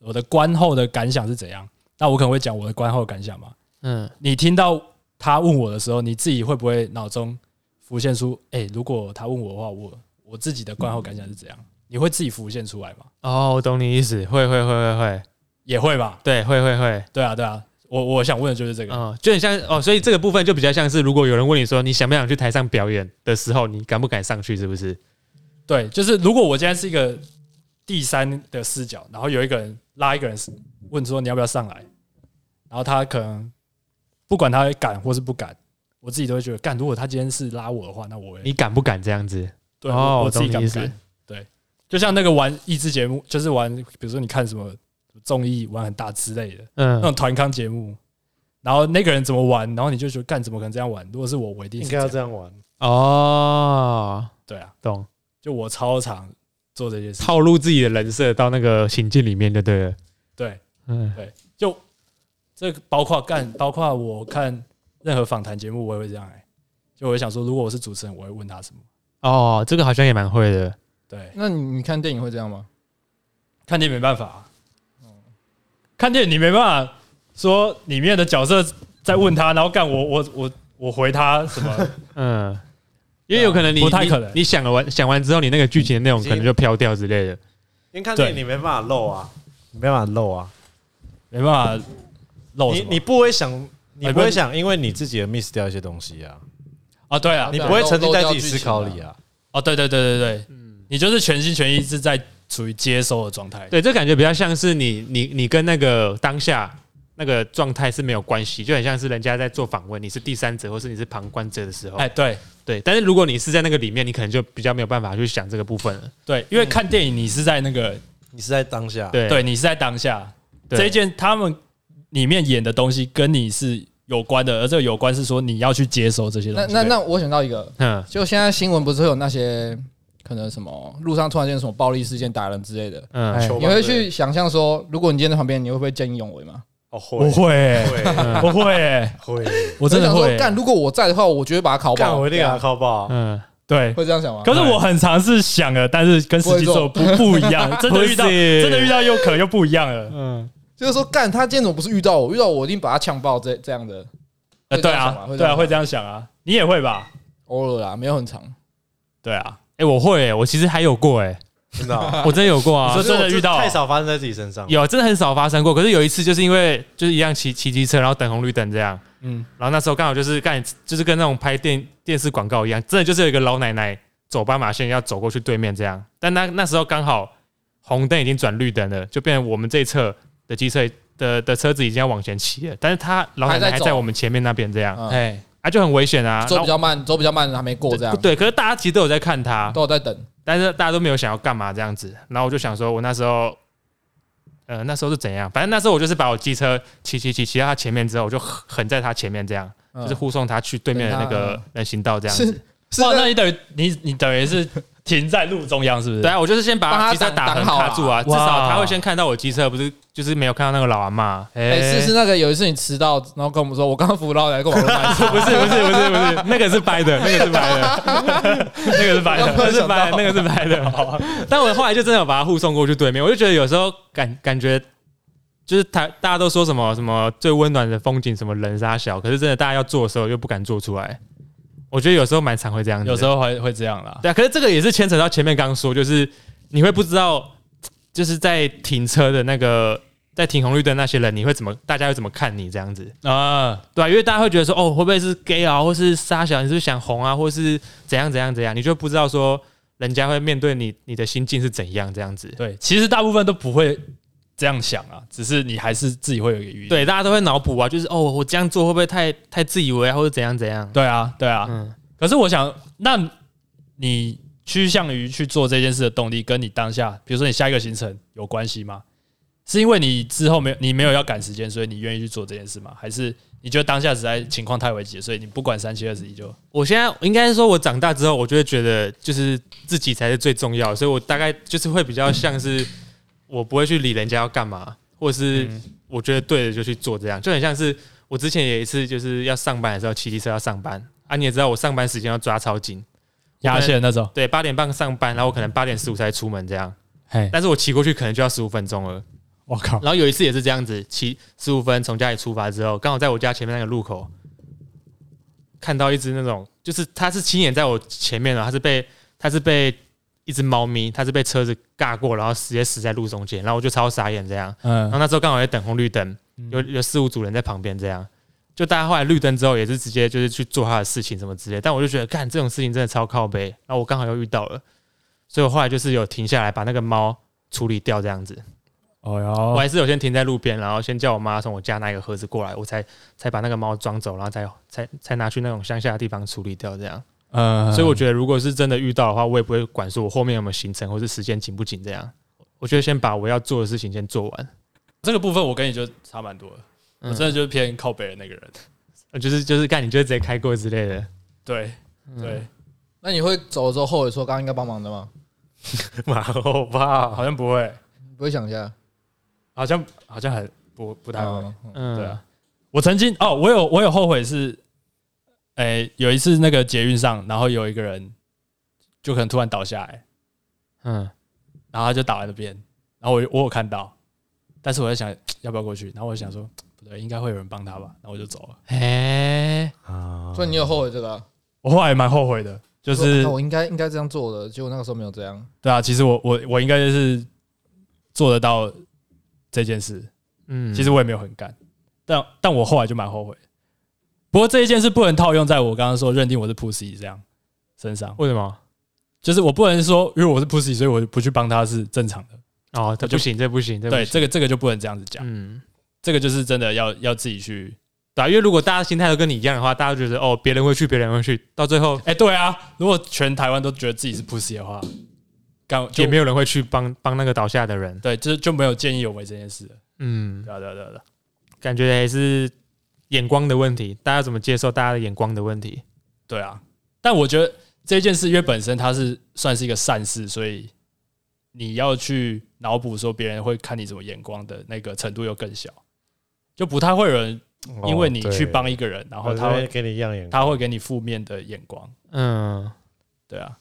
我的观后的感想是怎样？那我可能会讲我的观后感想嘛。
嗯，
你听到他问我的时候，你自己会不会脑中浮现出，哎、如果他问我的话，我我自己的观后感想是怎样？你会自己浮现出来吗？
哦，我懂你意思，会会会会会，
也会吧？
对，会会会，
对啊，对啊，我我想问的就是这个。
嗯，就很像哦，所以这个部分就比较像是，如果有人问你说你想不想去台上表演的时候，你敢不敢上去，是不是？
对，就是如果我今天是一个第三的视角，然后有一个人拉一个人问说你要不要上来，然后他可能不管他敢或是不敢，我自己都会觉得干。如果他今天是拉我的话，那我会
你敢不敢这样子？
对、
哦
我
我
我自己
懂
敢
你意
不
思
敢？对，就像那个玩益智节目，就是玩比如说你看什么综艺玩很大之类的那
嗯，
种团康节目。然后那个人怎么玩，然后你就觉得干怎么可能这样玩？如果是我，我一定
应
是
该要
这
这
样。
样玩。
哦，
对啊，
懂，
就我超常做这些事。
套入自己的人设到那个情境里面就对了。
对，
嗯，
就这个包括干，包括我看任何访谈节目，我也会这样哎、就我会想说，如果我是主持人，我会问他什么？
哦，这个好像也蛮会的。
对，
那你你看电影会这样吗？
看电影没办法、啊
哦
看电影你没办法说里面的角色在问他，然后干我我我我回他什 么？
嗯，因为有可能你
不太可能
你你想了完想完之后，你那个剧情的内容可能就飘掉之类的。
因为看电影你没办法漏啊，你没办法漏啊。
没办法漏
你
什么
你不会想，你
哎
不
不
会
是
想，因为你自己也 miss 掉一些东西啊，
啊，对啊，
你
对啊
不会沉浸在
漏掉
自己
剧情
思考里啊。
哦，对对对对对，
嗯
你就是全心全意是在处于接收的状态。
对，这感觉比较像是你你你跟那个当下那个状态是没有关系，就很像是人家在做访问，你是第三者或是你是旁观者的时候，
哎，对
对。但是如果你是在那个里面，你可能就比较没有办法去想这个部分了。
对，因为
嗯
看电影你是在那个，
你是在当下，
对
对你是在当下
对
这一件他们里面演的东西跟你是有关的，而这个有关是说你要去接收这些东
那
西。
那那我想到一个，
嗯，
就现在新闻不是会有那些可能什么路上突然间什么暴力事件打人之类的，
嗯
哎
啊球棒
你会去想象说，如果你今天在旁边，你会不会见义勇为吗？
哦，
我
会
会欸，
会
我会欸，
会，
我真的
想
会
说，
欸，
干，如果我在的话，我绝对把他烤
干
爆。
我一定给他
啊
靠爆，
嗯，
对。
会这样想吗？
可是我很尝试想了，但是跟实际做不不一样， 真的遇到
不是
真的遇到又可又不一样了。
嗯，
就是说，干他今天怎么不是遇到我？遇到我一定把他呛爆，这这样的会
呃，
这
对
样想
啊
吗，会这样
对啊，
想
会这样想啊，你也会吧？
偶哦尔啦，没有很长。
对啊，
哎，我会欸，我其实还有过，哎，
真的啊。
我真的有过啊
你说，真的遇到
这太少发生在自己身上了，
有真的很少发生过。可是有一次，就是因为就是一样骑骑机车，然后等红绿灯这样，
嗯，
然后那时候刚好就是干，就是跟那种拍电电视广告一样，真的就是有一个老奶奶走斑马线要走过去对面这样，但那那时候刚好红灯已经转绿灯了，就变成我们这一侧的机车的的车子已经要往前骑了，但是她老奶奶还
还在
在
走
我们前面那边这样，
嗯
哎，
啊就很危险啊，
走比
然后
较慢，走比较慢，还没过这样，
对，可是大家其实都有在看她，
都有在等。
但是大家都没有想要干嘛这样子，然后我就想说，我那时候。呃，那时候是怎样？反正那时候我就是把我机车骑骑骑骑到他前面之后，我就横横在他前面这样，
嗯
就是护送他去对面的那个人行道这样
是
子。
是那
哇，哦那你等于你你等于是停在路中央，是不是？
对啊，我就是先
帮
把
他
机车
挡
打横
挡好
卡住啊，
啊
至少
哇
他会先看到我机车，不是就是没有看到那个老阿嬷。
哎，
哎
是是那个有一次你迟到，然后跟我们说，我刚刚扶老奶奶过马路慢走，
不是不是不是不是，那个是掰的，那个是掰的， 那个是掰的，那个是掰的，那个是掰的。但我后来就真的有把他护送过去对面，我就觉得有时候感感觉就是他大家都说什么什么最温暖的风景，什么人沙小，可是真的大家要做的时候又不敢做出来。我觉得有时候蛮常会这样子的，
有时候会会这样啦。
对啊，可是这个也是牵扯到前面刚刚说，就是你会不知道，就是在停车的那个在停红绿灯那些人，你会怎么，大家会怎么看你这样子，
啊，
对、啊、因为大家会觉得说，哦，会不会是 gay 啊，或是傻小，你是不是想红啊，或是怎样怎样怎样，你就不知道说人家会面对你你的心境是怎样这样子。
对，其实大部分都不会这样想啊，只是你还是自己会有一个预
对，大家都会脑补啊，就是哦，我这样做会不会太太自以为啊，或者怎样怎样？
对啊，对啊。
嗯，
可是我想，那你趋向于去做这件事的动力，跟你当下，比如说你下一个行程有关系吗？是因为你之后没有你没有要赶时间，所以你愿意去做这件事吗？还是你觉得当下实在情况太危急，所以你不管三七二十一就
我现在应该说，我长大之后，我就会觉得就是自己才是最重要的，所以我大概就是会比较像是我不会去理人家要干嘛，或是我觉得对的就去做，这样就很像是我之前有一次就是要上班的时候骑机车要上班啊，你也知道我上班时间要抓超紧，
压线那 种？
对，八点半上班，然后我可能八点十五才出门这样，
嘿，
但是我骑过去可能就要十五分钟了。
我 靠！
然后有一次也是这样子，骑十五分从家里出发之后，刚好在我家前面那个路口看到一只那种，就是它是亲眼在我前面的，它是被它是被一只猫咪，它是被车子尬过，然后直接死在路中间，然后我就超傻眼这样。然
嗯
后那时候刚好在等红绿灯，有有四五组人在旁边这样。就大家后来绿灯之后，也是直接就是去做他的事情什么之类，但我就觉得干这种事情真的超靠背，然后我刚好又遇到了，所以我后来就是有停下来把那个猫处理掉这样子。
哦
我
哟，
还是有先停在路边，然后先叫我妈从我家拿一个盒子过来，我才才把那个猫装走，然后才才才拿去那种乡下的地方处理掉这样。
嗯
所以我觉得，如果是真的遇到的话，我也不会管说我后面有没有行程或是时间紧不紧这样。我觉得先把我要做的事情先做完，
这个部分我跟你就差蛮多了，我
嗯
真的就是偏靠北的那个人。
呃就是就是干，你就直接开过之类的。
对对，
嗯
那你会走的时候后悔说刚刚应该帮忙的吗？
马后炮，
好像不会，
你不会想一下？
好像好像很不不太会。
嗯
嗯，
对啊，我曾经哦，我有我有后悔是，哎、有一次那个捷运上，然后有一个人就可能突然倒下来，
嗯，
然后他就倒在那边，然后我我有看到，但是我在想要不要过去，然后我就想说不对，应该会有人帮他吧，然后我就走了。
哎、
所以你有后悔这个啊？
我后来蛮后悔的，就
说
是
看我应该应该这样做的，结果那个时候没有这样。
对啊，其实我我我应该是做得到这件事，
嗯，
其实我也没有很干，但但我后来就蛮后悔。不过这一件事不能套用在我刚刚说认定我是 pussy 这样身上，
为什么？
就是我不能说因为我是 pussy，所以我不去帮他是正常的。
哦，这
就
不行，这不行，这不
对，
行。
这个这个就不能这样子讲，
嗯，
这个就是真的要要自己去。
对啊，因为如果大家心态都跟你一样的话，大家觉得哦，别人会去，别人会去，到最后
哎，对啊，如果全台湾都觉得自己是 pussy 的话，干就
也没
有
有人会去帮帮那个倒下的人。
对，就是就没有见义勇为这件事了。
嗯，
对啊，对啊，对啊，对啊
感觉还是眼光的问题，大家怎么接受大家的眼光的问题。
对啊。但我觉得这件事因为本身它是算是一个善事，所以你要去脑补说别人会看你什么眼光的那个程度又更小，就不太会有人
哦
因
哦
为你去帮一个人，然
然
后
后
他
他会
会
给你一样眼光，
他会给你负面的眼光，
嗯，
对啊。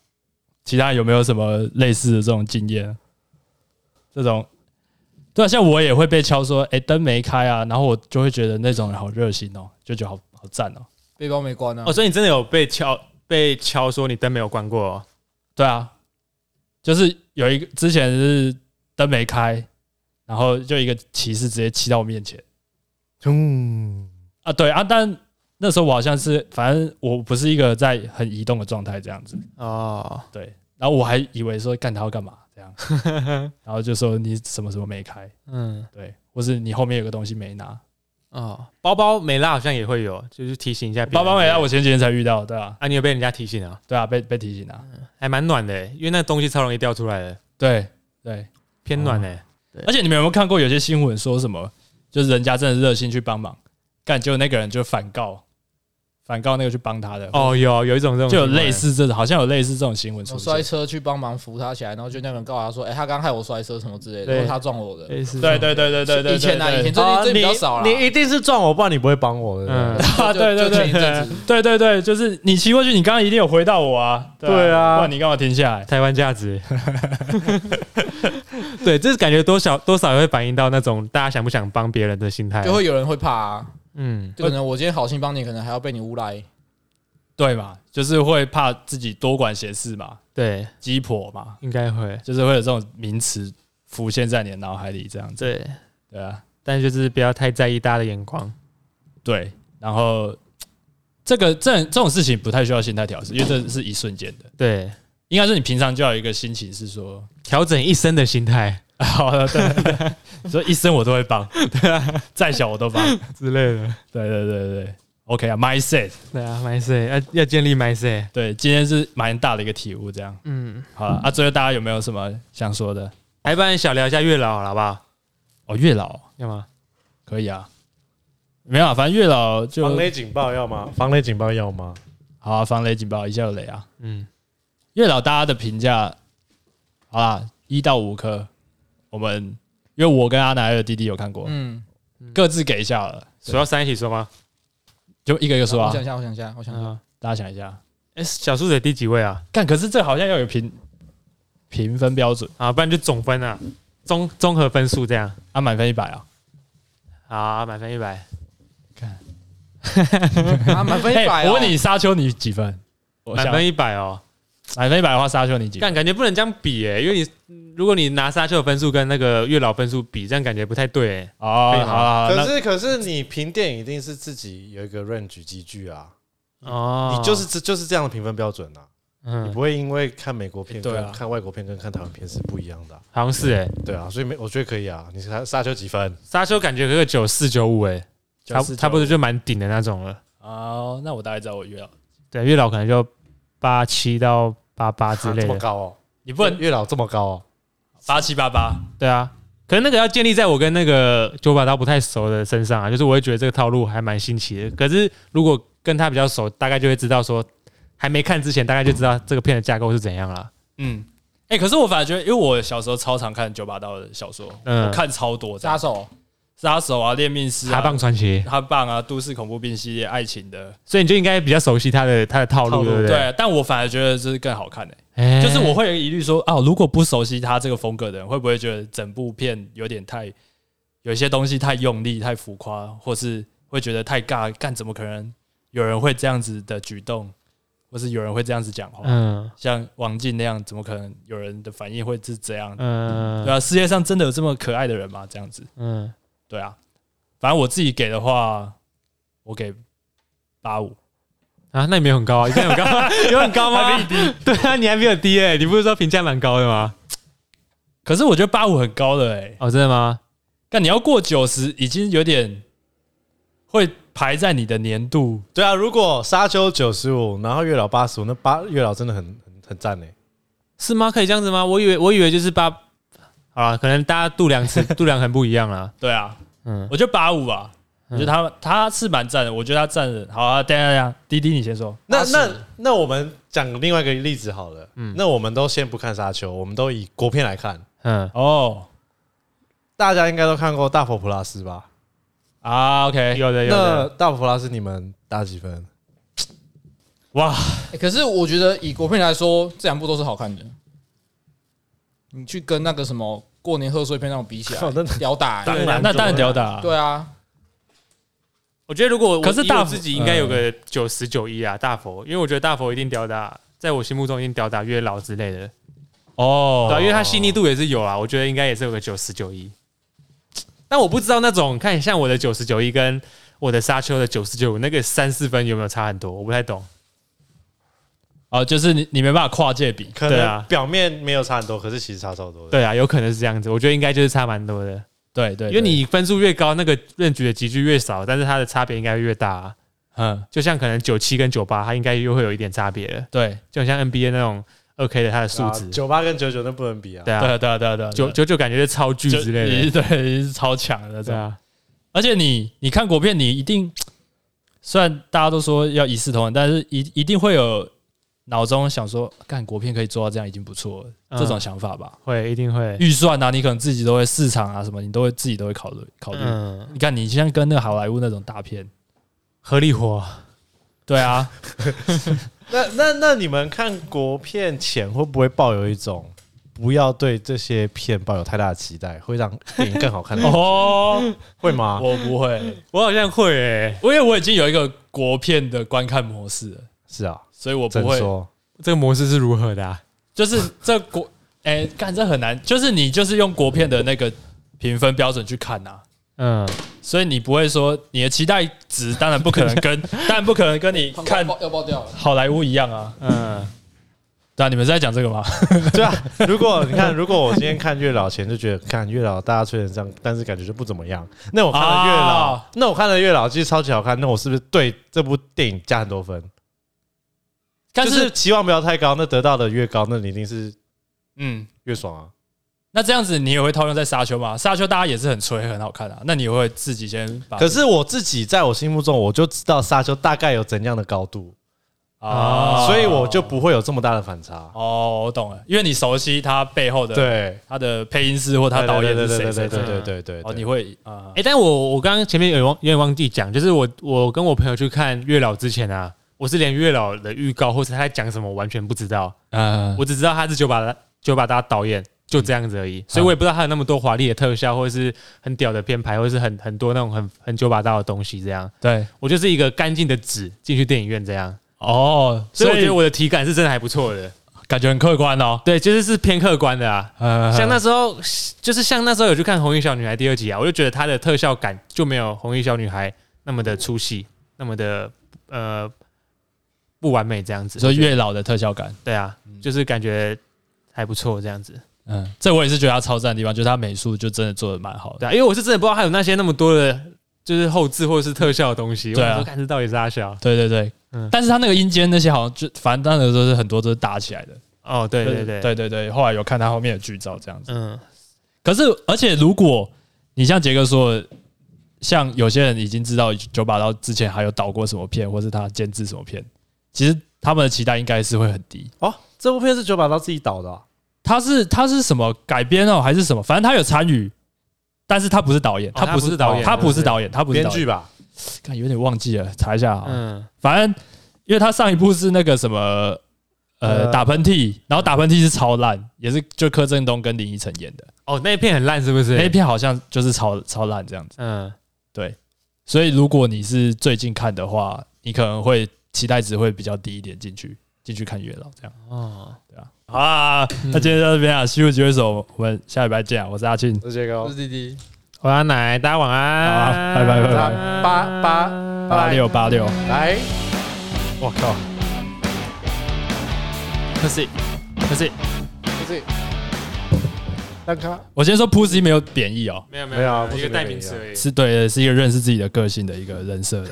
其他有没有什么类似的这种经验？这种对啊，像我也会被敲说，哎、灯没开啊，然后我就会觉得那种人好热心哦，就觉得好好赞哦。
背包没关啊
哦，。所以你真的有被敲被敲说你灯没有关过、哦，
对啊，就是有一个之前是灯没开，然后就一个骑士直接骑到我面前
嗯，
啊，对啊，但那时候我好像是，反正我不是一个在很移动的状态这样子，
哦，
对，然后我还以为说干他要干嘛这样，然后就说你什么什么没开，
嗯，
对，或是你后面有个东西没拿，
哦，包包没拉好像也会有，就是提醒一下别人。
包包没啊拿，我前几天才遇到，对啊，
啊，你有被人家提醒啊，
对啊，被被提醒啊，
还蛮暖的欸，因为那东西超容易掉出来的，
对对，
偏暖哎。
而且你们有没有看过有些新闻说什么，就是人家真的热心去帮忙，干结果那个人就反告，反告那个去帮他的，
哦，有有一种这种
就有
情况啊
类，似这种，好像有类似这种新闻出
我摔
现。
车去帮忙扶他起来，然后就那个人告他说：“哎、他刚害我摔车什么之类的，
对
或者他撞我的。
类似
对对对对对对，
以前啊，
对哦
以前
对
最近
啊
最近比较少了。
你一定是撞我，不然你不会帮我的。
嗯
嗯，
啊
就
对对
就前一
对
阵子
对对对，就是你骑过去，你刚刚一定有回到我啊，
对啊
不然你干嘛停下来？
台湾价值， 对，这是感觉多少多少也会反映到那种大家想不想帮别人的心态，
就会有人会怕、啊，
嗯，
就可能我今天好心帮你，可能还要被你诬赖。
对嘛，就是会怕自己多管闲事嘛，
对，
鸡婆嘛，
应该会，
就是会有这种名词浮现在你的脑海里，这样子，
对，
对啊。
但就是不要太在意大家的眼光，
对，然后这个这这种事情不太需要心态调试，因为这是一瞬间的。
对，
应该是你平常就要有一个心情是说，
调整一生的心态
好的，对对对， 你说一生我都会帮， 对啊，再小我都帮，
之类的，
对对对对对，OK 啊，mindset，
对啊，my say，要要建立 my say，
对，今天是蛮大的一个体悟，这样
嗯，
好了啊。最后大家有没有什么想说的？
来，不然小聊一下月老好了好不好？
哦，月老
要吗？
可以啊，没有啊，反正月老就
防雷警报要吗？防雷警报要吗？
好啊，防雷警报一下有雷啊。
嗯，
月老大家的评价，好啦，一到五颗，我们因为我跟阿南还有弟弟有看过，
嗯，
各自给一下好了，
数到三一起说吗？
就一个一个说
我
啊
想一，下，我想一下，我想一下，
嗯，
大家想一下。
哎，小数得第几位啊？
干，可是这好像要有评评分标准
啊，不然就总分啊，综综合分数这样。
啊，满分一百啊。
好，满分一百。
啊，满分一 百、
我问你，沙丘你几分？我
满
想
分一百哦，
满分一百的话，沙丘你几分？
但感觉不能这样比诶、因为你如果你拿沙丘的分数跟那个月老分数比，这样感觉不太对诶、
哦，
可以
好
吗
好好，
可
那
是可是你评电影一定是自己有一个 range 集聚啊，
哦，
你就是这就是这样的评分标准啊，你
嗯，
不会因为看美国片
对啊
跟看外国片跟看台湾片是不一样的啊，
好像是诶、
对啊，所以没我觉得可以啊。你看沙丘几分？
沙丘感觉有个九四九五诶，差
94
差不多就蛮顶的那种了。
哦，那我大概知道我月老。
对，月老可能就八七到八八之
啊
类
这么
的。
高哦，
你不
不
能
月老这么高哦，
八七八八，
对啊，可是那个要建立在我跟那个九把刀不太熟的身上啊，就是我会觉得这个套路还蛮新奇的。可是如果跟他比较熟，大概就会知道说，还没看之前大概就知道这个片的架构是怎样了。
嗯，哎，可是我反而觉得，因为我小时候超常看九把刀的小说，
嗯
我看超多这
杀
样，
手，
杀手啊，练命师
哈
啊，
棒传奇，
他棒啊，都市恐怖片系列爱情的，
所以你就应该比较熟悉他的他的套
套
路，
路
对不对？
对，但我反而觉得这是更好看的、
哎
就是我会有疑虑说，哦，如果不熟悉他这个风格的人，会不会觉得整部片有点太，有一些东西太用力、太浮夸，或是会觉得太尬？干怎么可能有人会这样子的举动，或是有人会这样子讲话？
嗯
像王静那样，怎么可能有人的反应会是这样？
嗯
对啊，世界上真的有这么可爱的人吗？这样子，
嗯，
对啊。反正我自己给的话，我给八五。
啊，那也没有很高啊，一定很高 吗？有很高吗？对啊，你还比我低哎、你不是说评价蛮高的吗？
可是我觉得八五很高了哎、
哦，真的吗？
但你要过九十，已经有点会排在你的年度。
对啊，如果沙丘九十五，然后月老八十五，那八月老真的很很很赞嘞。
是吗？可以这样子吗？我以为我以为就是八，好了，可能大家度量 尺度量很不一样啦。
对啊，
嗯，
我觉得八五吧，我觉得他他是蛮赞的，我觉得他赞的好啊。等一下等一下，滴滴你先说，
那
80
那那我们讲另外一个例子好了，嗯，那我们都先不看沙丘，我们都以国片来看，
嗯，
哦
大家应该都看过《大佛普拉斯》吧？
啊，OK，
有的有
那
的，
《大佛普拉斯》你们打几分？
哇，
欸可是我觉得以国片来说，这两部都是好看的。你去跟那个什么过年贺岁片那种比 起来
靠那，
屌打、欸。
哦当然
那当然屌打、
对啊，
我觉得如果我
可是
以
大
我
佛嗯
自己应该有个九十九一啊，大佛，因为我觉得大佛一定吊打，在我心目中一定吊打月老之类的，
哦
对、啊，因为它细腻度也是有啊，我觉得应该也是有个九十九一。但我不知道那种看像我的九十九一跟我的沙丘的九十九那个三四分有没有差很多，我不太懂。
哦，就是你你没办法跨界比，
可
对
能
啊
表面没有差很多，可是其实差超多的。
对啊，有可能是这样子，我觉得应该就是差蛮多的。
对对，
因为
对
你分数越高，那个任局的集距越少，但是它的差别应该越大、啊。
嗯
就像可能九七跟九八，它应该又会有一点差别了。
对
就像 NBA 那种二 K 的它的数值，
九八跟九九那不能比啊。
对啊，
对对对对对，
九九九感觉是超巨
就
之类
你
的，
对，你是超强的那
对
种。
啊，
而且你你看国片，你一定虽然大家都说要一视同仁，但是一一定会有脑中想说，干国片可以做到这样已经不错了，
嗯
这种想法吧。
会一定会。
预算啊，你可能自己都会市场啊什么，你都会自己都会考虑考虑。
嗯，
你看，你像跟那个好莱坞那种大片，
合力活，
对啊，
那那那你们看国片前会不会抱有一种不要对这些片抱有太大的期待，会让电影更好看的？
哦，
会吗？
我不会，
我好像会诶、
因为我已经有一个国片的观看模式了，
是啊，
所以我
怎
不会，
说？
这个模式是如何的、啊？
就是这国，哎，干这很难，就是你就是用国片的那个评分标准去看啊，
嗯，
所以你不会说你的期待值当然不可能 跟，当然不可能跟你看
要爆要爆掉了。
好莱坞一样啊。
嗯，
对啊，你们是在讲这个吗？
对啊，如果你看，如果我今天看月老前就觉得看月老大家吹成这样，但是感觉就不怎么样，那我看了月老，
啊
那我看了月老其实超级好看，那我是不是对这部电影加很多分？
但
就是嗯
是，
期望不要太高，那得到的越高，那你一定是
嗯，
越爽啊。
那这样子你也会套用在沙丘吗？沙丘大家也是很吹，很好看啊。那你也会自己先把
可是我自己在我心目中，我就知道沙丘大概有怎样的高度，
啊
所以我就不会有这么大的反差。
哦，我懂了，因为你熟悉他背后的
对，
他的配音师或他导演是谁，
对对
谁
对
谁
对对对
哦，
对
你
对。
会啊
哎、但我我刚刚前面有忘有点忘记讲，就是我我跟我朋友去看月老之前啊，我是连月老的预告或是他在讲什么完全不知道，
呃
啊
我只知道他是九把九把大导演，
嗯
就这样子而已，所以我也不知道他有那么多华丽的特效，或者是很屌的编排，或者是很很多那种很很九把刀的东西。这样，
对
我就是一个干净的纸进去电影院这样，
哦，
所
所以
以我觉得
我
我的体感是真的还不错的。
感觉很客观哦。
对，就是是偏客观 的啊。
呃
像那时候，就是像那时候有去看《红衣小女孩》第二集啊，我就觉得它的特效感就没有《红衣小女孩》那么的出戏，那么的呃不完美这样
你
子。
说
我觉得
月老的特效感，
对啊，就是感觉还不错这样子。
嗯，这我也是觉得他超赞的地方，就是他美术就真的做的蛮好的。
对啊，因为我是真的不知道还有那些那么多的，就是后置或者是特效的东西。
对啊
我想说看这到底是啥小？
对对对，
嗯
但是他那个阴间那些好像就反正那个时候是很多都是打起来的。
哦，对对对
对对对，后来有看他后面的剧照这样子。
嗯，
可是，而且如果你像杰哥说的，像有些人已经知道九把刀之前还有导过什么片，或是他监制什么片，其实他们的期待应该是会很低。
哦，这部片是九把刀自己导的啊、
他是他是什么改编哦，还是什么？反正他有参与，但是他不是导演，
哦他
不
不是导演
他不是导演，他不是
编
导
剧
演。
吧？
看有点忘记了，查一下啊。
嗯，
反正因为他上一部是那个什么。呃，
呃
打喷嚏，然后打喷嚏是超烂，也是就柯震东跟林依晨演的
哦，那一片很烂是不是？
那一片，好像就是超超烂这样子。
嗯，
所以如果你是最近看的话，你可能会期待值会比较低一点进去进去看月老这样。
哦，
好啊，那今天就到这边啊，西湖举手，我们下礼拜见啊！我是阿庆，
这些个
我是弟弟，
我要奶，大家晚安，
好拜拜拜拜
八八
八六八六，
来。
我靠！
，Pussy Pussy，
就是蛋咖，
我先说 pussy 没有贬义哦，
没有没
没有啊
有，
不
一
是
个代
没有
名词而已。
是对，是一个认识自己的个性的一个人设的。